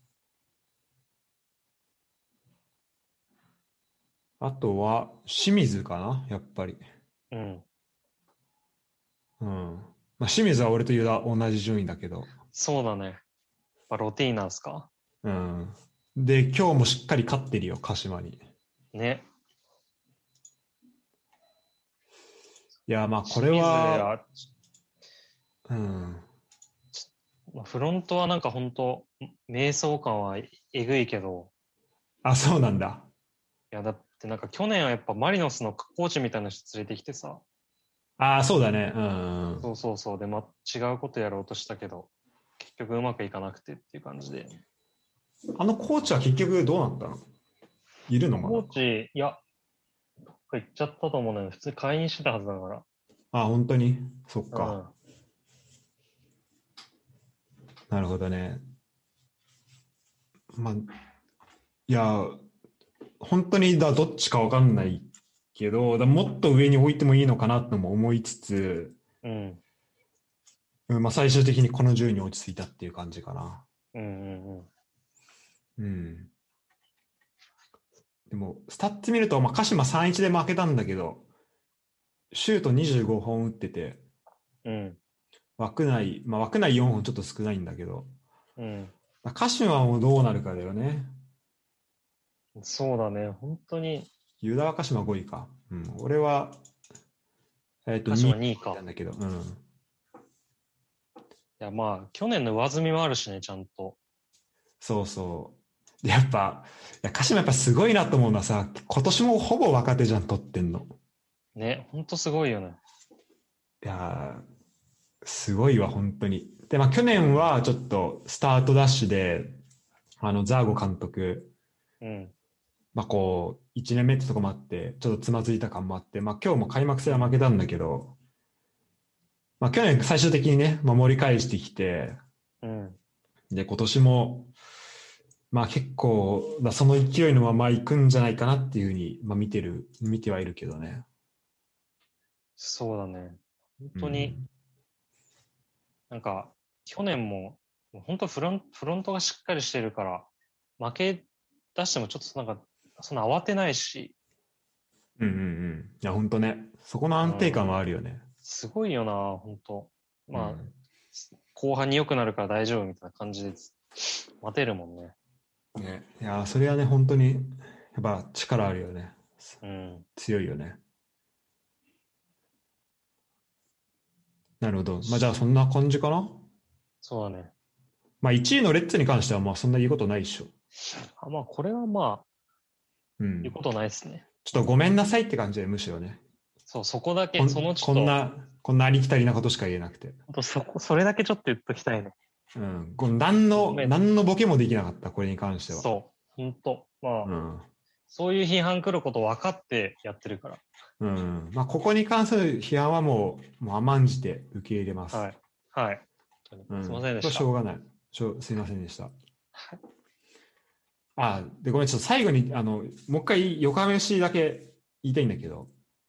Speaker 1: あとは、清水かな、やっぱり。
Speaker 2: うん。
Speaker 1: うん。まあ、清水は俺とユダ同じ順位だけど。
Speaker 2: そうだね。やっぱロティーナーすか
Speaker 1: うん。で、今日もしっかり勝ってるよ、鹿島に。い
Speaker 2: ね。
Speaker 1: や、まあ、これ
Speaker 2: 清水
Speaker 1: は、
Speaker 2: が
Speaker 1: うん。
Speaker 2: まあフロントはなんか本当瞑想感はえぐいけど、
Speaker 1: あ、そうなんだ。
Speaker 2: いやだってなんか去年はやっぱマリノスのコーチみたいな人連れてきてさ、
Speaker 1: ああ、そうだね。うん。
Speaker 2: そうそうそうで、ま、違うことやろうとしたけど結局うまくいかなくてっていう感じで
Speaker 1: あのコーチは結局どうなったのいるのか
Speaker 2: コ
Speaker 1: な
Speaker 2: ーチいやどっか行っちゃったと思うのよ普通会員してたはずだか
Speaker 1: あ、本当にそっ
Speaker 2: ら、う
Speaker 1: か。なるほどね。まあ、いや、本当にだどっちかわかんないけど、だもっと上に置いてもいいのかなとも思いつつ、
Speaker 2: んうん、
Speaker 1: うんまあ、最終的にこの10に落ち着いたっていう感じかな。
Speaker 2: うんうんうん
Speaker 1: うん。でも、スタッツ見ると、まあ、鹿島3-1で負けたんだけど、シュート25本打ってて、
Speaker 2: うん
Speaker 1: 枠内、まあ、枠内4本ちょっと少ないんだけど、
Speaker 2: うん
Speaker 1: まあ、鹿島はもうどうなるかだよね。
Speaker 2: そうだね本当に
Speaker 1: ユダは鹿島5位か。うん。俺は、えっ、と、
Speaker 2: 鹿島
Speaker 1: 2
Speaker 2: 2位か
Speaker 1: なんだけど、うん。
Speaker 2: いやまあ去年の上積みもあるしねちゃんと
Speaker 1: そうそう。でやっぱ、いや鹿島やっぱすごいなと思うのはさ、今年もほぼ若手じゃん、取ってんの。
Speaker 2: ね、ほんとすごいよね。
Speaker 1: いやーすごいわ、本当に。で、まあ、去年はちょっとスタートダッシュで、あの、ザーゴ監督、
Speaker 2: うん。
Speaker 1: まあ、こう、1年目ってとこもあって、ちょっとつまずいた感もあって、まあ、今日も開幕戦は負けたんだけど、まあ、去年最終的にね、守り返してきて、
Speaker 2: うん。
Speaker 1: で、今年も、まあ、結構、まあその勢いのまま行くんじゃないかなっていうふうに、まあ、見てる、見てはいるけどね。
Speaker 2: そうだね。本当に、
Speaker 1: うん
Speaker 2: なんか、去年も、もう本当フロンフロントがしっかりしてるから、負け出してもちょっとなんか、そんな慌てないし、
Speaker 1: うんうんうん。いや、本当ね、そこの安定感はあるよね。
Speaker 2: すごいよな、本当まあ、
Speaker 1: うん
Speaker 2: 後半に良くなるから大丈夫みたいな感じで、待てるもんね。
Speaker 1: ね、いやーそれはね本当にやっぱ力あるよね
Speaker 2: うん。
Speaker 1: 強いよねなるほどまあじゃあそんな感じかな
Speaker 2: そうだね。
Speaker 1: まあ1位のレッツに関してはまあそんな言うことないでしょ、
Speaker 2: あまあ、これはまあ、
Speaker 1: うん、ち
Speaker 2: 言う
Speaker 1: ょ
Speaker 2: こ
Speaker 1: っ
Speaker 2: とないですね。
Speaker 1: とごめんなさいって感じでむしろね
Speaker 2: そう、そこだ
Speaker 1: こ
Speaker 2: け、
Speaker 1: ん
Speaker 2: そのちょ
Speaker 1: こ
Speaker 2: っ
Speaker 1: ん
Speaker 2: と、
Speaker 1: なこんなありきたりなことしか言えなくて、
Speaker 2: ほんとそこ、それだけちょっと言っときたいね。
Speaker 1: うん、こう何の
Speaker 2: ごめん
Speaker 1: 何のボケもできなかったこれに関しては
Speaker 2: そう、本当まあ、
Speaker 1: うん
Speaker 2: そういう批判来ること分かってやってるから。
Speaker 1: うんまあ、ここに関する批判はもうもう甘んじて受け入れます、
Speaker 2: はい。はい。
Speaker 1: う
Speaker 2: すいませんで
Speaker 1: これ
Speaker 2: し。
Speaker 1: したょうがない。しょうすいませんでした。あ、で、ごめん、ちょっと最後に、あの、もう一回、横浜 FC だけ言いたいんだけど、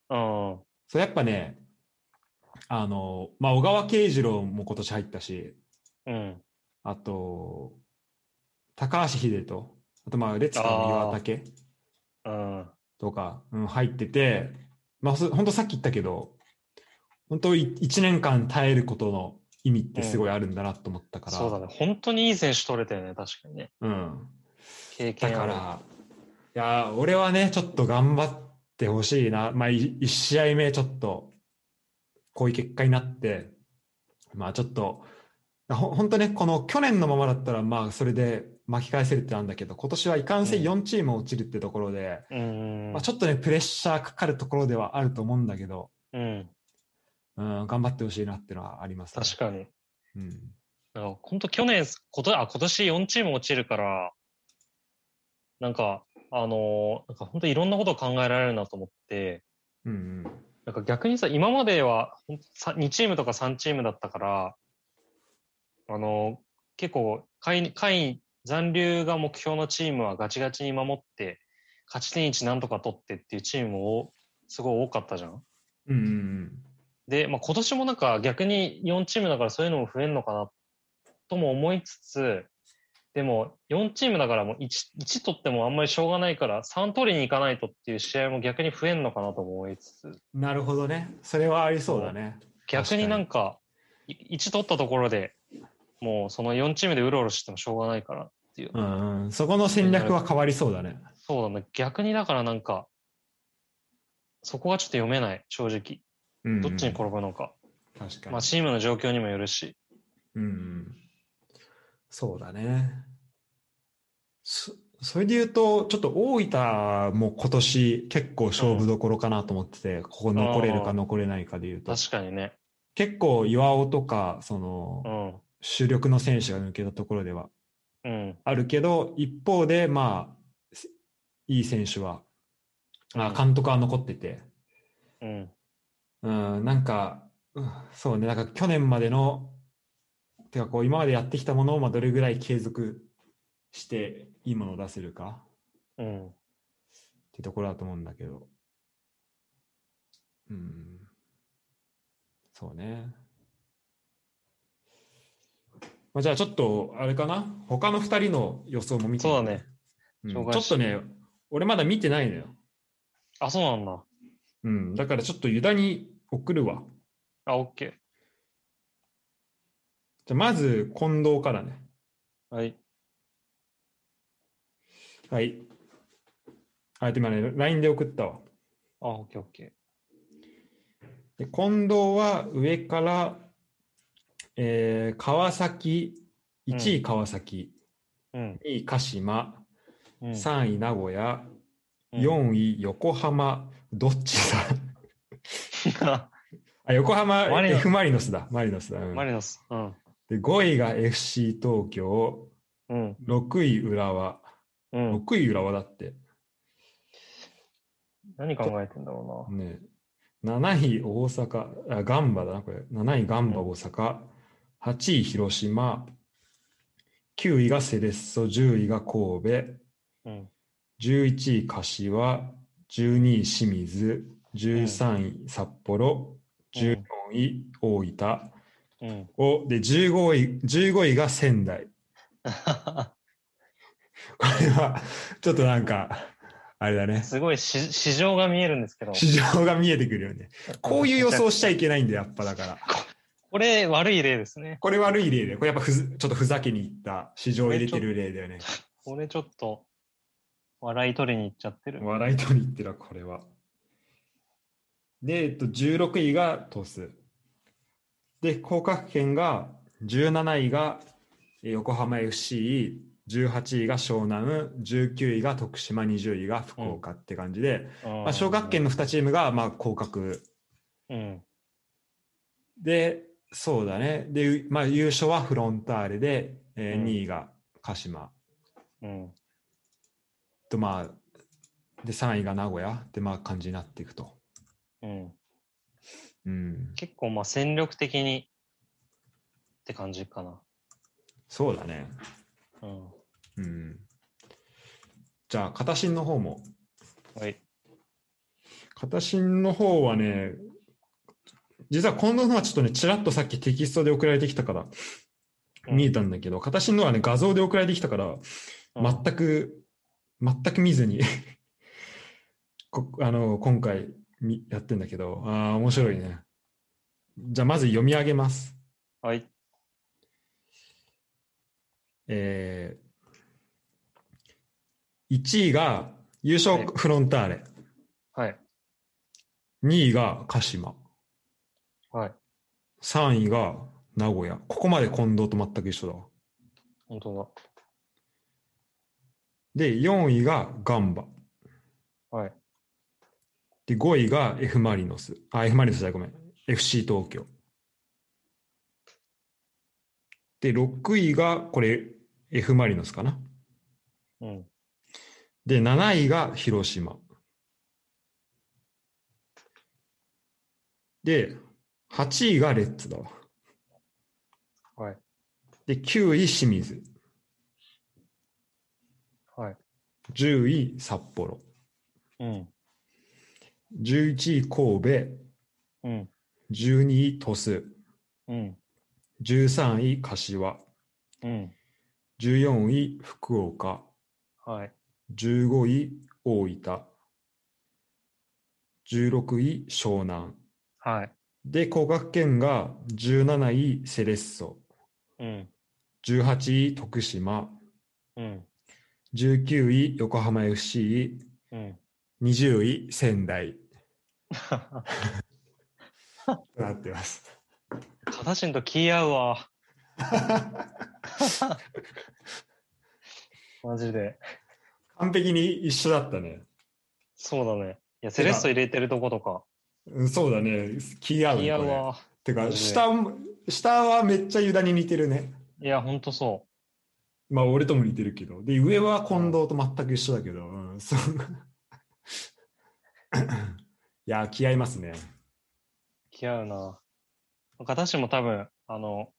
Speaker 2: うん。
Speaker 1: そう、やっぱね、あの、まあ、小川慶次郎も今年入ったし、
Speaker 2: うん。
Speaker 1: あと、高橋秀人、あと、まあ、レッツの岩竹
Speaker 2: うん。
Speaker 1: とか、うん、入ってて、まあ、本当さっき言ったけど、本当1年間耐えることの意味ってすごいあるんだなと思ったから、
Speaker 2: そうだね。本当にいい選手取れたよね、確かにね。
Speaker 1: うん。
Speaker 2: 経験
Speaker 1: だ
Speaker 2: ある
Speaker 1: から、いやー、俺はね、ちょっと頑張ってほしいな。まあ、1試合目、ちょっと、こういう結果になって、まあ、ちょっと、ほ本当ね、この去年のままだったら、まあ、それで巻き返せるってなんだけど、今年はいかんせん
Speaker 2: うん
Speaker 1: 4チーム落ちるってところで、
Speaker 2: うん。
Speaker 1: まあ、ちょっとね、プレッシャーかかるところではあると思うんだけど、
Speaker 2: うん。
Speaker 1: うん、頑張ってほしいなっていうのはあります、
Speaker 2: 確かに。
Speaker 1: に。
Speaker 2: なんか本当去年、ことあ今年4チーム落ちるから、なんか、あのーなんか本当いろんなことを考えられるなと思って、
Speaker 1: うん。うん
Speaker 2: なんか逆にさ、今まではほんとさ2チームとか3チームだったから、あの、結構下位、下位残留が目標のチームはガチガチに守って、勝ち点1なんとか取ってっていうチームをすごい多かったじゃん。
Speaker 1: うん。うんうん
Speaker 2: で、まあ、今年もなんか逆に4チームだからそういうのも増えるのかなとも思いつつ、でも4チームだからもう 1, 1取ってもあんまりしょうがないから3取りに行かないとっていう試合も逆に増えるのかなとも思いつつ、
Speaker 1: うん。なるほどね。それはありそうだね。
Speaker 2: 逆になんか、1取ったところでもうその4チームでうろうろしてもしょうがないからっていう。
Speaker 1: うんうん、そこの戦略は変わりそうだね。
Speaker 2: そうだね。逆にだからなんか、そこがちょっと読めない、正直。
Speaker 1: うんうん
Speaker 2: どっちに転ぶのか。
Speaker 1: 確かに、
Speaker 2: まあチームの状況にもよるし。
Speaker 1: うんうん。そうだね。そそれで言うと、ちょっと大分も今年結構勝負どころかなと思ってて、ここ残れる
Speaker 2: あ
Speaker 1: か
Speaker 2: ー
Speaker 1: 残れないかで言うと、
Speaker 2: 確かにね。
Speaker 1: 結構岩尾とか、その
Speaker 2: う、ん。
Speaker 1: 主力の選手が抜けたところでは
Speaker 2: うん。
Speaker 1: あるけど、一方で、まあ、すいい選手は、あ
Speaker 2: うん
Speaker 1: 監督は残ってて、
Speaker 2: うん。
Speaker 1: うん、なんか、うんそうね、なんか去年までの、てかこう今までやってきたものをまあどれぐらい継続していいものを出せるか
Speaker 2: うん。
Speaker 1: ってところだと思うんだけど。うん。そうね。まあ、じゃあちょっと、あれかな他の二人の予想も見てみよ
Speaker 2: そうだね
Speaker 1: うん
Speaker 2: 紹
Speaker 1: ちょ
Speaker 2: 介
Speaker 1: っ
Speaker 2: し
Speaker 1: とね、俺まだ見てないのよ。
Speaker 2: あ、そうなんだ。
Speaker 1: うん。だからちょっとユダに送るわ。
Speaker 2: あ、オッケ
Speaker 1: じゃあまず、近藤からね。
Speaker 2: ー。はい。
Speaker 1: はい。あ、でもね、LINE で送ったわ。
Speaker 2: あ、オッケーオッケ
Speaker 1: で近藤は上から、えー川崎、1位川崎、
Speaker 2: ー。うん。
Speaker 1: 2位鹿島、
Speaker 2: うん
Speaker 1: 3位名古屋、
Speaker 2: うん
Speaker 1: 4位横浜、どっちだ あ横浜
Speaker 2: マリノ
Speaker 1: F ・マリノスだ、マリノスだ。うん
Speaker 2: マリノス。うん。
Speaker 1: で5位が FC 東京、
Speaker 2: うん。
Speaker 1: 6位浦和、
Speaker 2: うん。
Speaker 1: 6位浦和だって、
Speaker 2: 何考えてんだろ
Speaker 1: ね、7位大阪、あガンバだな、これ。7位ガンバ大阪、8位広島、9位がセレッソ、10位が神戸、
Speaker 2: うな。うん。
Speaker 1: 11位柏12位清水13位札幌、14位大分
Speaker 2: うん。
Speaker 1: をで15位15位が仙台これはちょっとなんかあれだね
Speaker 2: すごいし市場が見えるんですけど。
Speaker 1: 市場が見えてくるよねこういう予想しちゃ
Speaker 2: い。
Speaker 1: いけないんだよやっぱだから
Speaker 2: これ悪い例ですね。
Speaker 1: これ悪い例でこれやっぱふざちょっとふざけにいった市場を入れてる例だよね
Speaker 2: これちょっと笑い取りに行っちゃってる。
Speaker 1: 笑い取りにいってるわこれはで、えっと、16位が鳥栖で降格圏が17位がえー横浜 FC18 位が湘南19位が徳島20位が福岡って感じで、
Speaker 2: ま
Speaker 1: まあ、昇格圏の2チームがまあ降格
Speaker 2: うん。
Speaker 1: でそうだねで、うまあ、優勝はフロンターレで、え
Speaker 2: うん
Speaker 1: 2位が鹿島
Speaker 2: うん。
Speaker 1: とまあで3位が名古屋ってまあ感じになっていくと。
Speaker 2: うん。
Speaker 1: うん
Speaker 2: 結構まあ戦力的にって感じかな。
Speaker 1: そうだね。
Speaker 2: うん。
Speaker 1: うん。じゃあ、片新の方も。
Speaker 2: はい。
Speaker 1: 片新の方はね、実は近藤のはちょっとね、ちらっとさっきテキストで送られてきたから
Speaker 2: うん
Speaker 1: 見えたんだけど、片新のはね、画像で送られてきたから、
Speaker 2: うん
Speaker 1: 全く、全く見ずにこ、あの、今回みやってんだけど、ああ、面白いね。じゃあ、まず読み上げます。
Speaker 2: はい。
Speaker 1: えー、1位が優勝フロンターレ、
Speaker 2: はい。
Speaker 1: 2位が鹿島、
Speaker 2: はい。
Speaker 1: 3位が名古屋。ここまで近藤と全く一緒だわ。
Speaker 2: 本当
Speaker 1: で、4位がガンバ。
Speaker 2: だ。はい。
Speaker 1: で、5位が F ・マリノス。あ、F ・マリノスじゃないごめん。FC 東京。で、6位が、これ、F ・マリノスかな。
Speaker 2: うん。
Speaker 1: で、7位が広島。で、8位がレッツだわ。
Speaker 2: はい。
Speaker 1: で、9位清水。
Speaker 2: はい。
Speaker 1: 10位札幌。
Speaker 2: うん。
Speaker 1: 11位神
Speaker 2: うん。
Speaker 1: 戸。12位鳥栖。
Speaker 2: うん。
Speaker 1: 13位柏。
Speaker 2: うん。
Speaker 1: 14位福岡。
Speaker 2: はい。
Speaker 1: 15位大分。16位湘南。
Speaker 2: はい。
Speaker 1: で、降格圏が17位セレッソ。
Speaker 2: うん。
Speaker 1: 18位徳島。
Speaker 2: うん。
Speaker 1: 19位横浜 FC。
Speaker 2: うん。
Speaker 1: 20位仙台。となってます。
Speaker 2: 片心と気合うわ。マジで。
Speaker 1: 完璧に一緒だったね。
Speaker 2: そうだね。いや、セレッソ入れてるとことか。
Speaker 1: うんそうだね。気合うね
Speaker 2: 気合う
Speaker 1: これ
Speaker 2: わ。
Speaker 1: てか、
Speaker 2: マジで
Speaker 1: 下も、下はめっちゃユダに似てるね。
Speaker 2: いや、ほんとそ
Speaker 1: まあ、俺とも似てるけど。で、上は近藤と全く一緒だけど。うん、そう いや、気合いますね。
Speaker 2: う。気合うな。片心も多分、あの、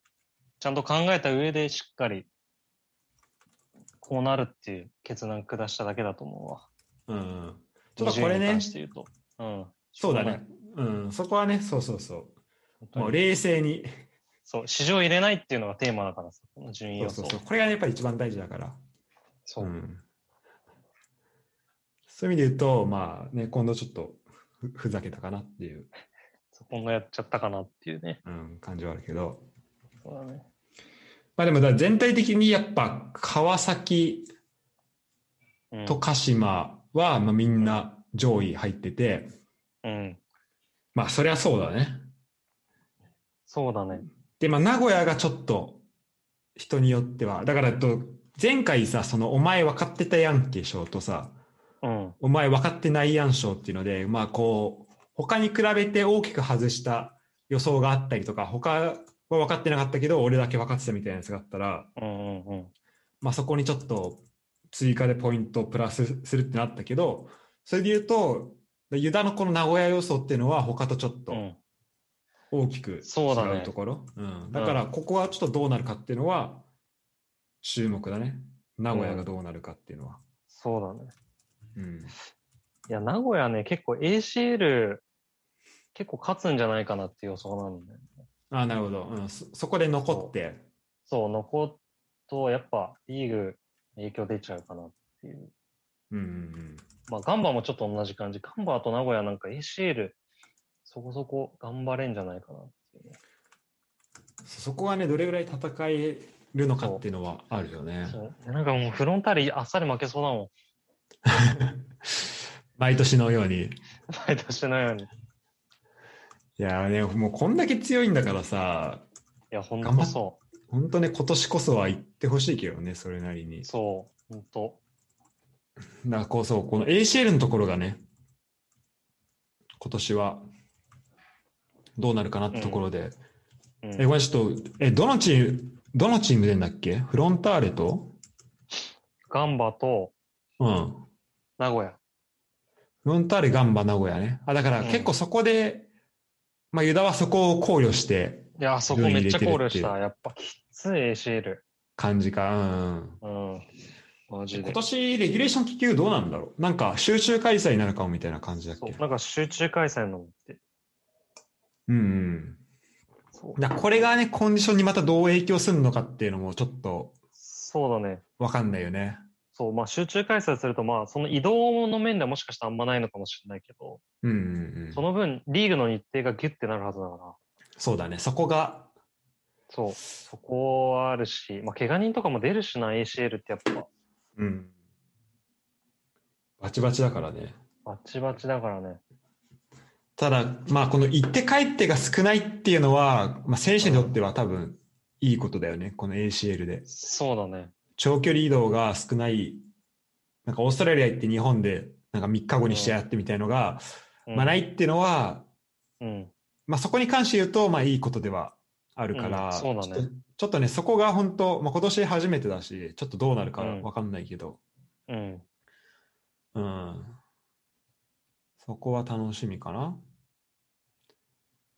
Speaker 2: ちゃんと考えた上でしっかり、こうなるっていう決断下しただけだと思うわ。
Speaker 1: うん。ちょっとこれ
Speaker 2: 20に
Speaker 1: ね
Speaker 2: 関し、て言うと。うん。
Speaker 1: そうだね。うん、そこはね、そうそうそう。
Speaker 2: 本当に
Speaker 1: もう冷静に。
Speaker 2: そう、市場入れないっていうのがテーマだからさ、この順位
Speaker 1: そう
Speaker 2: 予
Speaker 1: そ
Speaker 2: 想。
Speaker 1: うそう。これがねやっぱり一番大事だから。
Speaker 2: そう
Speaker 1: うんそういう意味で言うと、まあね、今度ちょっとふふざけたかなっていう、
Speaker 2: そこがやっちゃったかなっていうね。
Speaker 1: うん、感じはあるけど。
Speaker 2: そうだね。
Speaker 1: まあでもだから全体的にやっぱ川崎
Speaker 2: うん
Speaker 1: と鹿島はまあみんな上位入ってて、
Speaker 2: うん。
Speaker 1: まあそりゃそうだね。
Speaker 2: そうだね。
Speaker 1: で、まあ名古屋がちょっと人によっては、だからえっと前回さ、そのお前分かってたやんけ賞とさ、
Speaker 2: うん。
Speaker 1: お前分かってないやん賞っていうので、まあこう、他に比べて大きく外した予想があったりとか、他は分かってなかったけど、俺だけ分かってたみたいなやつがあったら、
Speaker 2: うんうんうん。
Speaker 1: まあそこにちょっと追加でポイントをプラスするってなったけど、それで言うと、ユダのこの名古屋予想っていうのは他とちょっと、
Speaker 2: うん
Speaker 1: 大きく違う
Speaker 2: そうだね
Speaker 1: ところ。うん、だから、ここはちょっとどうなるかっていうのは、注目だね。名古屋がどうなるかっていうのは。
Speaker 2: そうだね。
Speaker 1: うん。
Speaker 2: いや、名古屋ね、結構 ACL、結構勝つんじゃないかなっていう予想なんだよね。
Speaker 1: ああ、なるほど、うんそ。そこで残って。
Speaker 2: そう、残っと、やっぱリーグ影響出ちゃうかなっていう。
Speaker 1: うんうん
Speaker 2: まあ、ガンバもちょっと同じ感じ。ガンバと名古屋なんか ACL、そこそこ頑張れんじゃないかなっていうね、
Speaker 1: うん。そこはね、どれぐらい戦えるのかっていうのはあるよね。
Speaker 2: そういやなんかもうフロンターレあっさり負けそうだもん。
Speaker 1: 毎年のように。い
Speaker 2: 毎年のように。い
Speaker 1: やーね、もうこんだけ強いんだからさ、
Speaker 2: や、ほんとそ
Speaker 1: 本当ね、今年こそは行ってほしいけどね、それなりに
Speaker 2: う。。そう、ほんと。
Speaker 1: だからこうそう、この ACL のところがね、今年はどうなるかなってところで、
Speaker 2: うん
Speaker 1: え、これちょっと、え、どのチーム、どのチーム出んだっけフロンターレと
Speaker 2: ガンバと
Speaker 1: うん。
Speaker 2: 名古屋。
Speaker 1: フロンターレ、ガンバ、名古屋ね。あ、だから
Speaker 2: うん
Speaker 1: 結構そこで、まあ、ユダはそこを考慮して
Speaker 2: いや、そこめっちゃ考慮し
Speaker 1: 順
Speaker 2: た。やっぱきつい ACL。
Speaker 1: 感じか。うん。
Speaker 2: うん。マジ
Speaker 1: 今
Speaker 2: で。
Speaker 1: 年、レギュレーション結局どうなんだろうなんか、集中開催になるかもみたいな感じだっ
Speaker 2: そう
Speaker 1: け
Speaker 2: なんか集中開催のって。
Speaker 1: うんうん。
Speaker 2: そう
Speaker 1: だからこれがね、コンディションにまたどう影響するのかっていうのもちょっと
Speaker 2: そうだね。
Speaker 1: わかんないよね。
Speaker 2: そう、まあ集中開催すると、まあその移動の面ではもしかしたらあんまないのかもしれないけど、
Speaker 1: うんうんうん
Speaker 2: その分リーグの日程がギュッてなるはずだから、
Speaker 1: そうだね、そこが、
Speaker 2: そう、そこはあるし、まあ怪我人とかも出るしな、ACL ってやっぱ、
Speaker 1: うん、バチバチだからね。
Speaker 2: バチバチだからね。
Speaker 1: ただ、まあ、この行って帰ってが少ないっていうのは、まあ、選手にとっては多分いいことだよね、この ACL で。
Speaker 2: そうだね。
Speaker 1: 長距離移動が少ない、なんかオーストラリア行って日本で、なんか3日後に試合やってみたいのが、
Speaker 2: うん
Speaker 1: まあ、ないっていうのは、
Speaker 2: うん。
Speaker 1: まあ、そこに関して言うと、まあ、いいことではあるから、
Speaker 2: うんそうだ
Speaker 1: ち
Speaker 2: ね
Speaker 1: ょっとちょっとね、そこが本当、まあ、今年初めてだし、ちょっとどうなるかわかんないけど、
Speaker 2: うん。
Speaker 1: うん。そこは楽しみかな。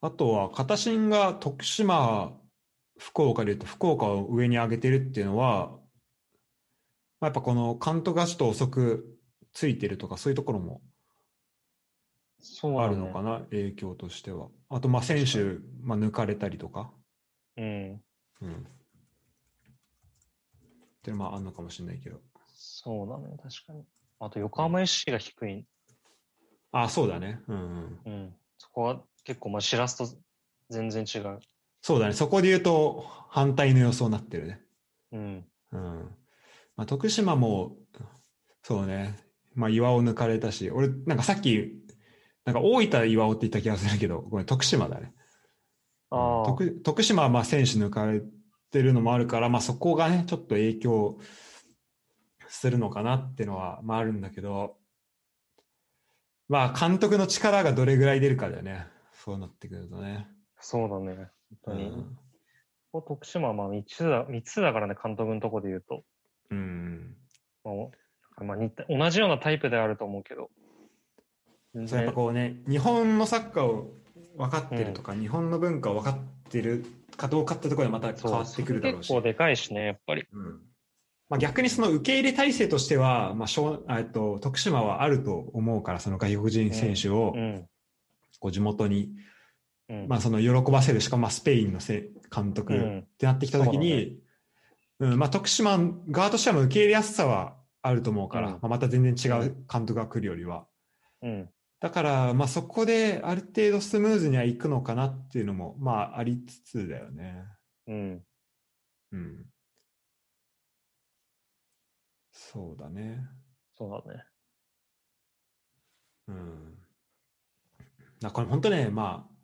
Speaker 1: あとは、片新が徳島、福岡で言うと、福岡を上に上げてるっていうのは、まあ、やっぱこの監督がちょっと遅くついてるとか、そういうところも
Speaker 2: そう
Speaker 1: あ
Speaker 2: だね
Speaker 1: るのかな、影響としては。あと、まあ、選手、まあ、抜かれたりとか、
Speaker 2: うん。
Speaker 1: うん。っていうのはまあ、あるのかもしれないけど。
Speaker 2: そうだね、確かに。あと横浜 FC が低い。
Speaker 1: あ、そうだね。うん、うん。
Speaker 2: うん。そこは結構、まあ知らすと全然違う。
Speaker 1: そうだね。そこで言うと、反対の予想になってるね。
Speaker 2: うん。
Speaker 1: うんまあ、徳島も、そうね、まあ、岩を抜かれたし、俺、なんかさっき、なんか大分岩尾って言った気がするけど、ごめん、徳島だね。
Speaker 2: ああ。
Speaker 1: 徳徳島はまあ選手抜かれてるのもあるから、まあ、そこがね、ちょっと影響するのかなっていうのは、まあ、あるんだけど、まあ、監督の力がどれぐらい出るかだよね。そうなってくるとね。
Speaker 2: そうだね。本当に。
Speaker 1: うん
Speaker 2: ここ徳島はまあ3つだ、三つだからね、監督のとこで言うと。
Speaker 1: うん。
Speaker 2: まあおまあ、似た同じようなタイプではあると思うけど。全
Speaker 1: そうやっぱ
Speaker 2: 然
Speaker 1: こうね日本のサッカーを分かってるとか、日本の文化を分かってるかどうかってところでまた変わってくるだろうし
Speaker 2: そう結構でかいしね、やっぱり。
Speaker 1: うんまあ、逆にその受け入れ体制としては、まあ、しょうあえっと徳島はあると思うからその外国人選手を
Speaker 2: うん。
Speaker 1: こう地元に、
Speaker 2: うん。
Speaker 1: まあ、その喜ばせるしかもまあスペインのせ監督
Speaker 2: う
Speaker 1: っ
Speaker 2: ん。
Speaker 1: てなってきた時
Speaker 2: そう
Speaker 1: に、うんまあ、徳島側としてはもう受け入れやすさはあると思うから、
Speaker 2: うん
Speaker 1: まあ、また全然違う監督が来るよりは。
Speaker 2: うん。
Speaker 1: だから、まあ、そこである程度スムーズにはいくのかなっていうのも、まあ、ありつつだよね。
Speaker 2: うん。
Speaker 1: うん。そうだね。
Speaker 2: そうだね。
Speaker 1: うん。だこれ本当ね、まあ、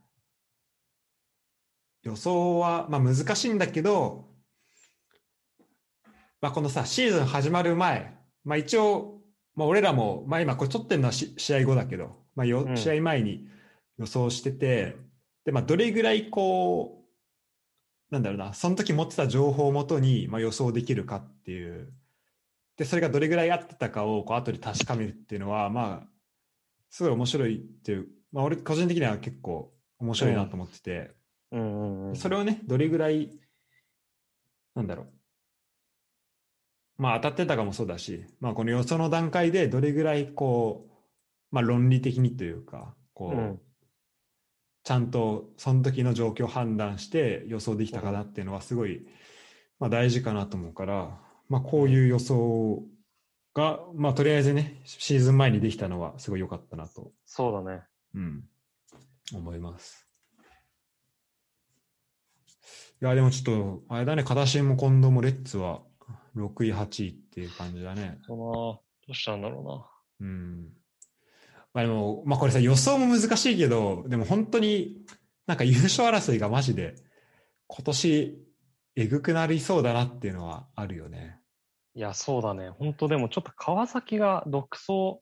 Speaker 1: 予想は、まあ、難しいんだけど、まあ、このさ、シーズン始まる前、まあ、一応、まあ、俺らも、まあ、今、これ撮ってるのはし試合後だけど、まあよ
Speaker 2: うん
Speaker 1: 試合前に予想してて、で、まあ、どれぐらいこう、なんだろうな、その時持ってた情報をもとに、まあ、予想できるかっていう、で、それがどれぐらい合ってたかを、こう、後で確かめるっていうのは、まあ、すごい面白いっていう、まあ、俺、個人的には結構面白いなと思ってて、
Speaker 2: うんうんうん。
Speaker 1: それをね、どれぐらい、なんだろう。まあ当たってたかもそうだし、まあこの予想の段階でどれぐらいこう、まあ論理的にというか、こう、
Speaker 2: うん
Speaker 1: ちゃんとその時の状況を判断して予想できたかなっていうのはすごい、まあ大事かなと思うから、まあこういう予想が、まあとりあえずね、シーズン前にできたのはすごい良かったなと、
Speaker 2: そうだね。
Speaker 1: うん、思います。いや、でもちょっと、あれだね、片新も近藤もレッツは6位、8位っていう感じだね。
Speaker 2: そのどうしたんだろ
Speaker 1: うん。まあでも、まあこれさ、予想も難しいけど、でも本当になんか優勝争いがマジで今年えぐくなりそうだなっていうのはあるよね。
Speaker 2: うな。いや、そうだね。本当でもちょっと川崎が独走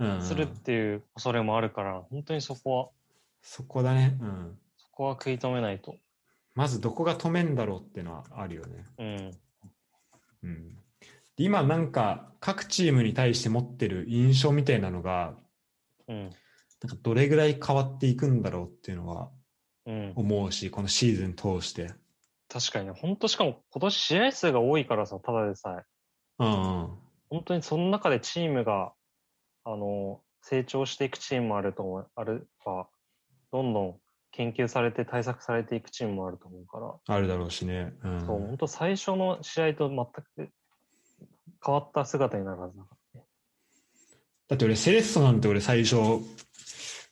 Speaker 1: うん、
Speaker 2: するっていう恐れもあるから、本当にそこは、
Speaker 1: そこだね。うん。
Speaker 2: そこは食い止めないと。
Speaker 1: まずどこが止めんだろうっていうのはあるよね。
Speaker 2: うん。
Speaker 1: うん、で今なんか各チームに対して持ってる印象みたいなのが
Speaker 2: う
Speaker 1: な
Speaker 2: ん。
Speaker 1: んかどれぐらい変わっていくんだろうっていうのは
Speaker 2: うん。
Speaker 1: 思うしこのシーズン通して。
Speaker 2: 確かにね。本当しかも今年試合数が多いからさ、ただでさえ。
Speaker 1: うんうん
Speaker 2: 本当にその中でチームが、あの、成長していくチームもあると思う。あるば、どんどん研究されて対策されていくチームもあると思うから。
Speaker 1: あるだろうしね。うん、
Speaker 2: そう、本当最初の試合と全く変わった姿になるはずだからね。
Speaker 1: だって俺セレッソなんて俺最初、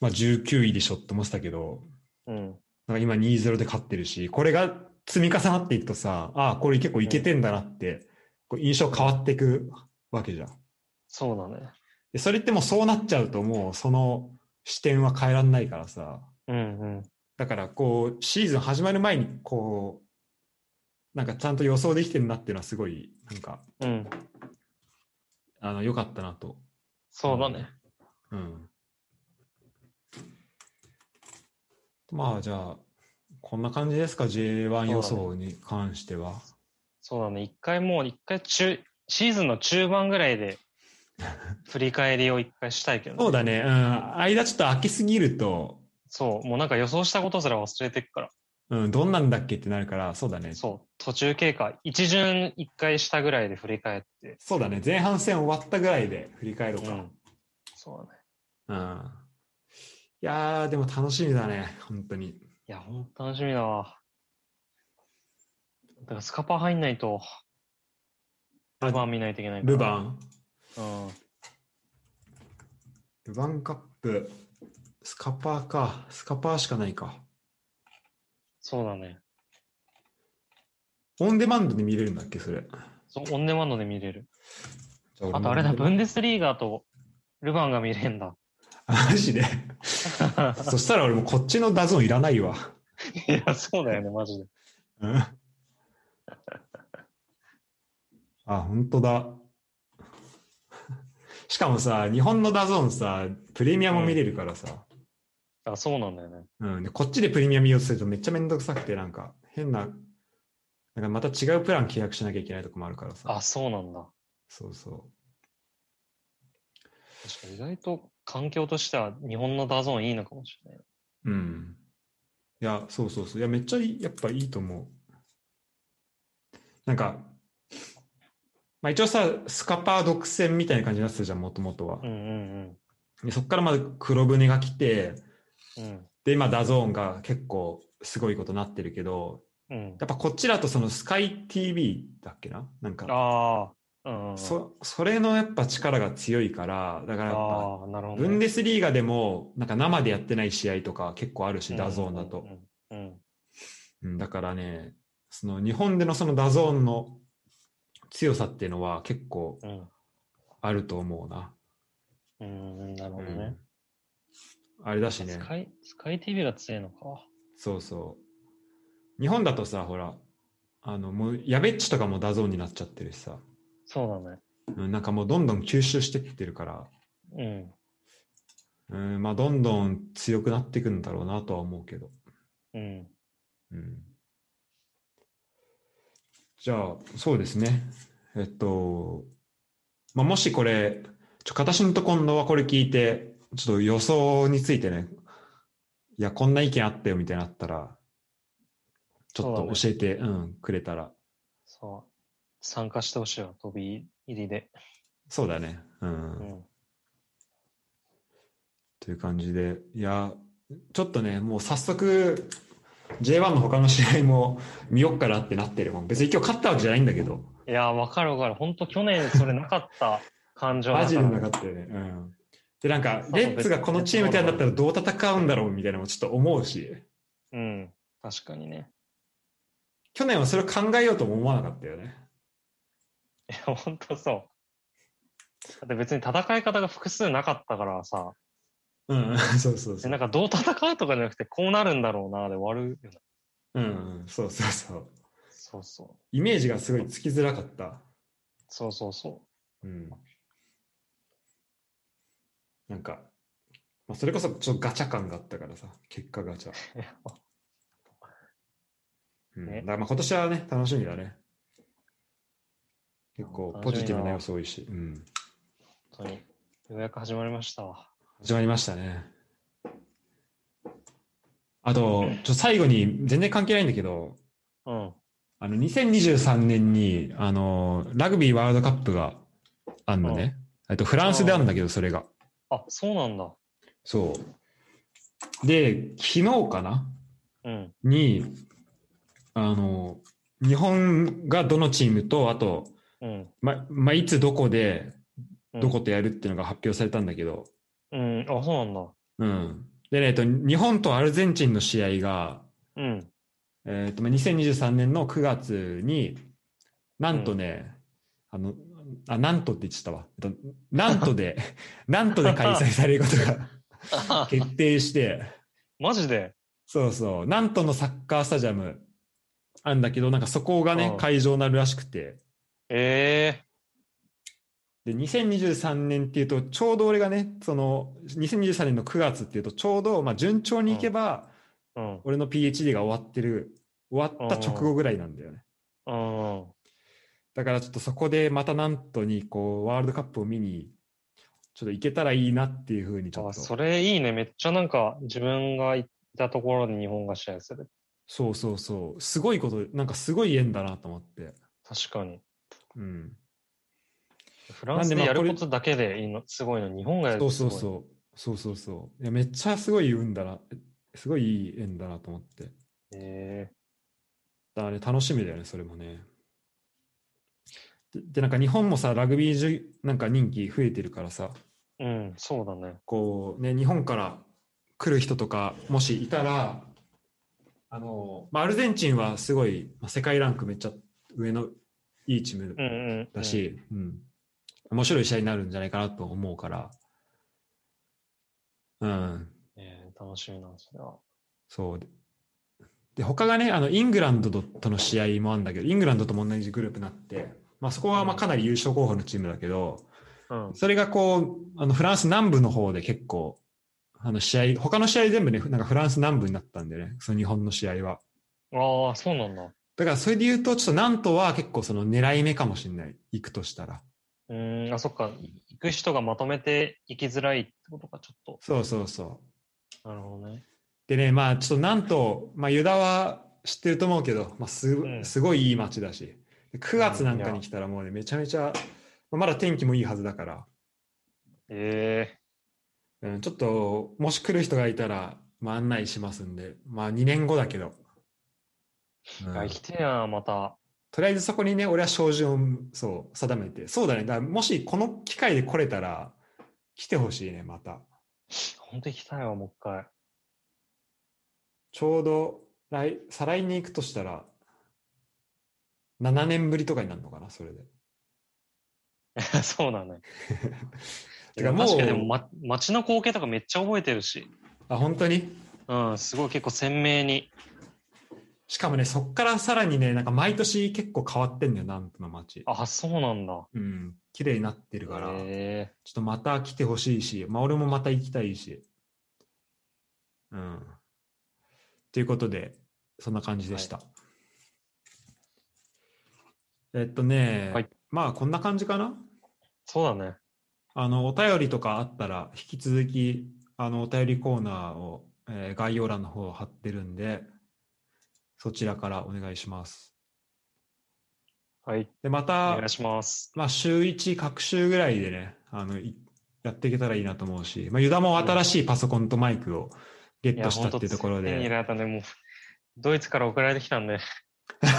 Speaker 1: まあ、19位でしょって思ってたけど
Speaker 2: うん。
Speaker 1: なんか今2-0で勝ってるしこれが積み重なっていくとさああこれ結構いけてんだなって、こう印象変わっていくわけじゃん。
Speaker 2: そうだね。
Speaker 1: でそれってもうそうなっちゃうともうその視点は変えらんないからさ
Speaker 2: うんうん。
Speaker 1: だからこうシーズン始まる前にこうなんかちゃんと予想できてるなっていうのはすごいなんか
Speaker 2: うん。
Speaker 1: あの良かったなと、
Speaker 2: そうだね。
Speaker 1: うん、まあじゃあこんな感じですか J1 予想に関しては、
Speaker 2: そうだね。一回もう、一回中、シーズンの中盤ぐら いで、振り返りを一回したいけど、
Speaker 1: そうだね、うん、間ちょっと空きすぎると、
Speaker 2: そう、もうなんか予想したことすら忘れてくから。
Speaker 1: うん、どんなんだっけってなるからそうだね
Speaker 2: そう、途中経過、一巡一回したぐらいで振り返って。
Speaker 1: そうだね前半戦終わったぐらいで振り返ろう
Speaker 2: う
Speaker 1: か、
Speaker 2: ん。そうだね。
Speaker 1: うんいやー、でも楽しみだね、本当に。
Speaker 2: いや、ほんと楽しみだわ。だからスカパー入んないと、
Speaker 1: あ
Speaker 2: ルバン見ないといけないから。
Speaker 1: ルバン、
Speaker 2: ン。うん。
Speaker 1: ルバンカップ、スカパーか、スカパーしかないか。
Speaker 2: そうだね。
Speaker 1: オンデマンドで見れるんだっけ、それ。
Speaker 2: そうオンデマンドで見れる。
Speaker 1: じゃ俺も
Speaker 2: あとあれだ、
Speaker 1: オンデ
Speaker 2: ブンデスリーガーとルバンが見れんだ。
Speaker 1: マジで。そしたら俺もこっちのダゾーンいらないわ。
Speaker 2: いや、そうだよね、 マジで。
Speaker 1: うんあ、本当だ。しかもさ、日本のダゾーンさ、プレミアも見れるからさ。
Speaker 2: あ、そうなんだよね。
Speaker 1: うん、でこっちでプレミアム見ようとするとめっちゃめんどくさくて、なんか変な、なんかまた違うプラン契約しなきゃいけないとこもあるからさ。
Speaker 2: あ、そうなんだ。
Speaker 1: そうそ
Speaker 2: 確かに意外と環境としては日本のダゾーンいいのかもしれない。
Speaker 1: う。うん。いや、そうそうそう。いや、めっちゃいい、やっぱいいと思う。なんか、まあ一応さ、スカパー独占みたいな感じになってたじゃん、もともとは
Speaker 2: う。んうん
Speaker 1: でそっからまず黒船が来て、
Speaker 2: うん。うん。
Speaker 1: で、今ダゾーンが結構すごいことになってるけど、
Speaker 2: うん。
Speaker 1: やっぱこっちだとそのスカイ TV だっけななんか。
Speaker 2: ああ。うんうん。
Speaker 1: そそれのやっぱ力が強いからだからやっぱ
Speaker 2: ああ、なるほどね。
Speaker 1: ブンデスリーガでもなんか生でやってない試合とか結構あるし、ダゾーンだと、
Speaker 2: うんうんうんうん。
Speaker 1: うんだからねその日本でのそのダゾーンの強さっていうのは結構
Speaker 2: うん
Speaker 1: あると思うな、
Speaker 2: うんうん、なるほど
Speaker 1: う
Speaker 2: ね
Speaker 1: ん。あれだしね
Speaker 2: スカイ、スカイ TV が強いのか。
Speaker 1: そうそう日本だとさほらあの、もう、やべっちとかもダゾーンになっちゃってるしさ、
Speaker 2: そうだね。
Speaker 1: うん、なんかもうどんどん吸収してってるから、
Speaker 2: うん。
Speaker 1: うん、まあ、どんどん強くなっていくんだろうなとは思うけど。
Speaker 2: うん。
Speaker 1: うん。じゃあ、そうですね。えっと、まあ、もしこれ、ちょ、私のと今度はこれ聞いて、ちょっと予想についてね、いや、こんな意見あったよみたいなのあったら、ちょっ
Speaker 2: そうだ
Speaker 1: と
Speaker 2: ね
Speaker 1: 教えて、うん、くれたら、
Speaker 2: そう。参加してほしいわ、飛び入りで。
Speaker 1: そうだね。うん。
Speaker 2: うん。
Speaker 1: という感じで、いや、ちょっとね、もう早速、J1 の他の試合も見よっかなってなってるもん。別に今日勝ったわけじゃないんだけど、
Speaker 2: いやー、わかるわかる。本当去年それなかった感情
Speaker 1: マジでな
Speaker 2: か
Speaker 1: か
Speaker 2: っ
Speaker 1: ったよね。うん。で、なんか、レッツがこのチームってやんだったらどう戦うんだろうみたいなのもちょっと思うし、
Speaker 2: た。うん。確かにね。
Speaker 1: 去年はそれを考えようとも思わなかったよね。
Speaker 2: いや、本当そう。だって別に戦い方が複数なかったからさ、
Speaker 1: うん、 そうそう
Speaker 2: で
Speaker 1: そう。
Speaker 2: なんかどう戦うとかじゃなくて、こうなるんだろうな、で終わるよね。
Speaker 1: うん、うんそうそうそう。
Speaker 2: そうそう。
Speaker 1: イメージがすごいつきづらかった。
Speaker 2: そうそうそ
Speaker 1: うん。なんか、まあ、それこそちょっとガチャ感があったからさ、結果ガチャ。
Speaker 2: う。いや
Speaker 1: うん、
Speaker 2: ね
Speaker 1: だからまあ今年はね、楽しみだね。結構ポジティブな要素多いし、うん、
Speaker 2: 本当に。ようやく始まりましたわ。
Speaker 1: 始まりましたね。あと、ちょ最後に全然関係ないんだけど、
Speaker 2: うん。
Speaker 1: あの2023年にあのラグビーワールドカップがあんのね。えっとフランスであるんだけど、それが。
Speaker 2: あ、そうなんだ。
Speaker 1: そう。で、昨日かな
Speaker 2: うん。
Speaker 1: に、あの、日本がどのチームと、あと、
Speaker 2: うん。
Speaker 1: ま、まあ、いつどこで、
Speaker 2: うん
Speaker 1: どことやるっていうのが発表されたんだけど、
Speaker 2: うん。あ、そうなんだ。
Speaker 1: うん。でね、えっと、日本とアルゼンチンの試合が、
Speaker 2: うん。
Speaker 1: えっと、まあ2023年の9月に、なんとね、あの、あ、なんとって言っちゃったわ。えっとなんと で、なんとで開催されることが 決定して、
Speaker 2: マジで
Speaker 1: そうそう、なんとのサッカースタジアム、あんだけど、なんかそこが
Speaker 2: う
Speaker 1: ね
Speaker 2: ん、
Speaker 1: 会場になるらしくて、
Speaker 2: え
Speaker 1: で、2023年っていうと、ちょうど俺がね、その、2023年の9月っていうと、ちょうど、まあ、順調にいけば、
Speaker 2: えー。
Speaker 1: 俺の PhD が終わってる、終わった直後ぐらいなんだよね。
Speaker 2: うん。うん。
Speaker 1: だからちょっとそこでまたなんとに、こう、ワールドカップを見に、ちょっと行けたらいいなっていうふうにちょ
Speaker 2: あ、
Speaker 1: っと。
Speaker 2: それいいね。めっちゃなんか自分が行ったところに日本が試合する。
Speaker 1: そうそうそう。すごいこと、なんかすごい縁だなと思って。
Speaker 2: 確かに。
Speaker 1: うん。
Speaker 2: フラン
Speaker 1: なん
Speaker 2: ス
Speaker 1: でま
Speaker 2: で
Speaker 1: あ
Speaker 2: や
Speaker 1: こ
Speaker 2: る
Speaker 1: れ
Speaker 2: ことだけでいいの、すごいの。日本がやる
Speaker 1: そ
Speaker 2: と
Speaker 1: う
Speaker 2: す
Speaker 1: そ
Speaker 2: ご
Speaker 1: う
Speaker 2: い
Speaker 1: そう。そうそうそう。いや、めっちゃすごい運だな。すごいいい縁だなと思って。
Speaker 2: え
Speaker 1: だからね、楽しみだよね、それもね。で、でなんか日本もさ、ラグビーじゅなんか人気増えてるからさ、
Speaker 2: えうん、そうだね。
Speaker 1: こうね、日本から来る人とか、もしいたら、あの、まあ、アルゼンチンはすごい、まあ、世界ランクめっちゃ上のいいチーム
Speaker 2: うんうん、うん。
Speaker 1: だし、うん面白い試合になるんじゃないかなと思うから、うん、
Speaker 2: えー楽しみなんですよ。
Speaker 1: そうで。で、他がね、あの、イングランドとの試合もあるんだけど、イングランドとも同じグループになって、まあそこはまあかなり優勝候補のチームだけど、
Speaker 2: うん。
Speaker 1: それがこう、あの、フランス南部の方で結構、あの試合、他の試合全部ね、なんかフランス南部になったんでね、その日本の試合は。
Speaker 2: ああ、そうなんだ。
Speaker 1: だからそれで言うと、ちょっとなんとは結構その狙い目かもしれない。行くとしたら。
Speaker 2: うーん、あ、そっか。行く人がまとめて行きづらいってことか、ちょっ
Speaker 1: そうそうそう。
Speaker 2: と。なるほどね。
Speaker 1: でね、まあちょっとなんと、まあユダは知ってると思うけど、まあす
Speaker 2: うん
Speaker 1: すごいいい街だし、で9月なんかに来たらもうね、めちゃめちゃ、まあまだ天気もいいはずだから、
Speaker 2: え
Speaker 1: うん、ちょっともし来る人がいたら、まあ案内しますんで、まあ2年後だけど。う
Speaker 2: え
Speaker 1: ん
Speaker 2: ー。あ、行きてえな、また。
Speaker 1: とりあえずそこにね、俺は照準をそう定めて、そうだね、だからもしこの機会で来れたら、来てほしいね、また。
Speaker 2: 本当行きたいわ、もう一回。
Speaker 1: ちょうど来、再来に行くとしたら、7年ぶりとかになるのかな、それで。
Speaker 2: そうだね。
Speaker 1: てかもう
Speaker 2: 確かにでも、ま、街の光景とかめっちゃ覚えてるし。
Speaker 1: あ、本当に
Speaker 2: うん、すごい結構鮮明に。
Speaker 1: しかもね、そっからさらにね、なんか毎年結構変わってんだよ、南部の街。
Speaker 2: あ、そうなんだ。
Speaker 1: うん、綺麗になってるから、ちょ
Speaker 2: へ
Speaker 1: っとまた来てほしいし、まあ俺もまた行きたいし。うん。ということで、そんな感じでした。えっとね、
Speaker 2: はい
Speaker 1: まあこんな感じかな
Speaker 2: ーそうだね。
Speaker 1: あの、お便りとかあったら、引き続き、あの、お便りコーナーを、えー概要欄の方を貼ってるんで、そちらからお願いします。
Speaker 2: はい。
Speaker 1: で、ま
Speaker 2: お
Speaker 1: た
Speaker 2: 願い、します。
Speaker 1: まあ、週1、各週ぐらいでね、あの、いやっていけたらいいなと思うし、まあ、ユダも新しいパソコンとマイクをゲ
Speaker 2: い
Speaker 1: ットしたっていうところ
Speaker 2: 手に入
Speaker 1: で、
Speaker 2: れられたね。もう、ドイツから送られてきたんで。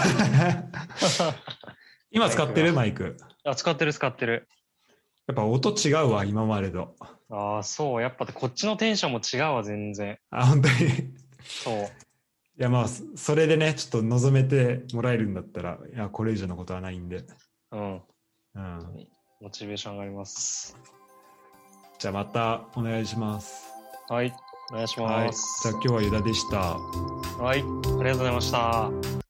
Speaker 1: 今使ってるマイク。
Speaker 2: あ、使ってる使ってる。
Speaker 1: やっぱ音違うわ、今までと。
Speaker 2: ああ、そう。やっぱこっちのテンションも違うわ、全然。
Speaker 1: あ、本当に。
Speaker 2: そう。
Speaker 1: いやまあそそれでねちょっと望めてもらえるんだったらいやこれ以上のことはないんで、
Speaker 2: うん。
Speaker 1: うん、
Speaker 2: モチベーション上がります。
Speaker 1: じゃあまたお願いします
Speaker 2: はい。お願いし
Speaker 1: はい
Speaker 2: ます。
Speaker 1: じゃあ今日はユダでした
Speaker 2: はい。ありがとうございました。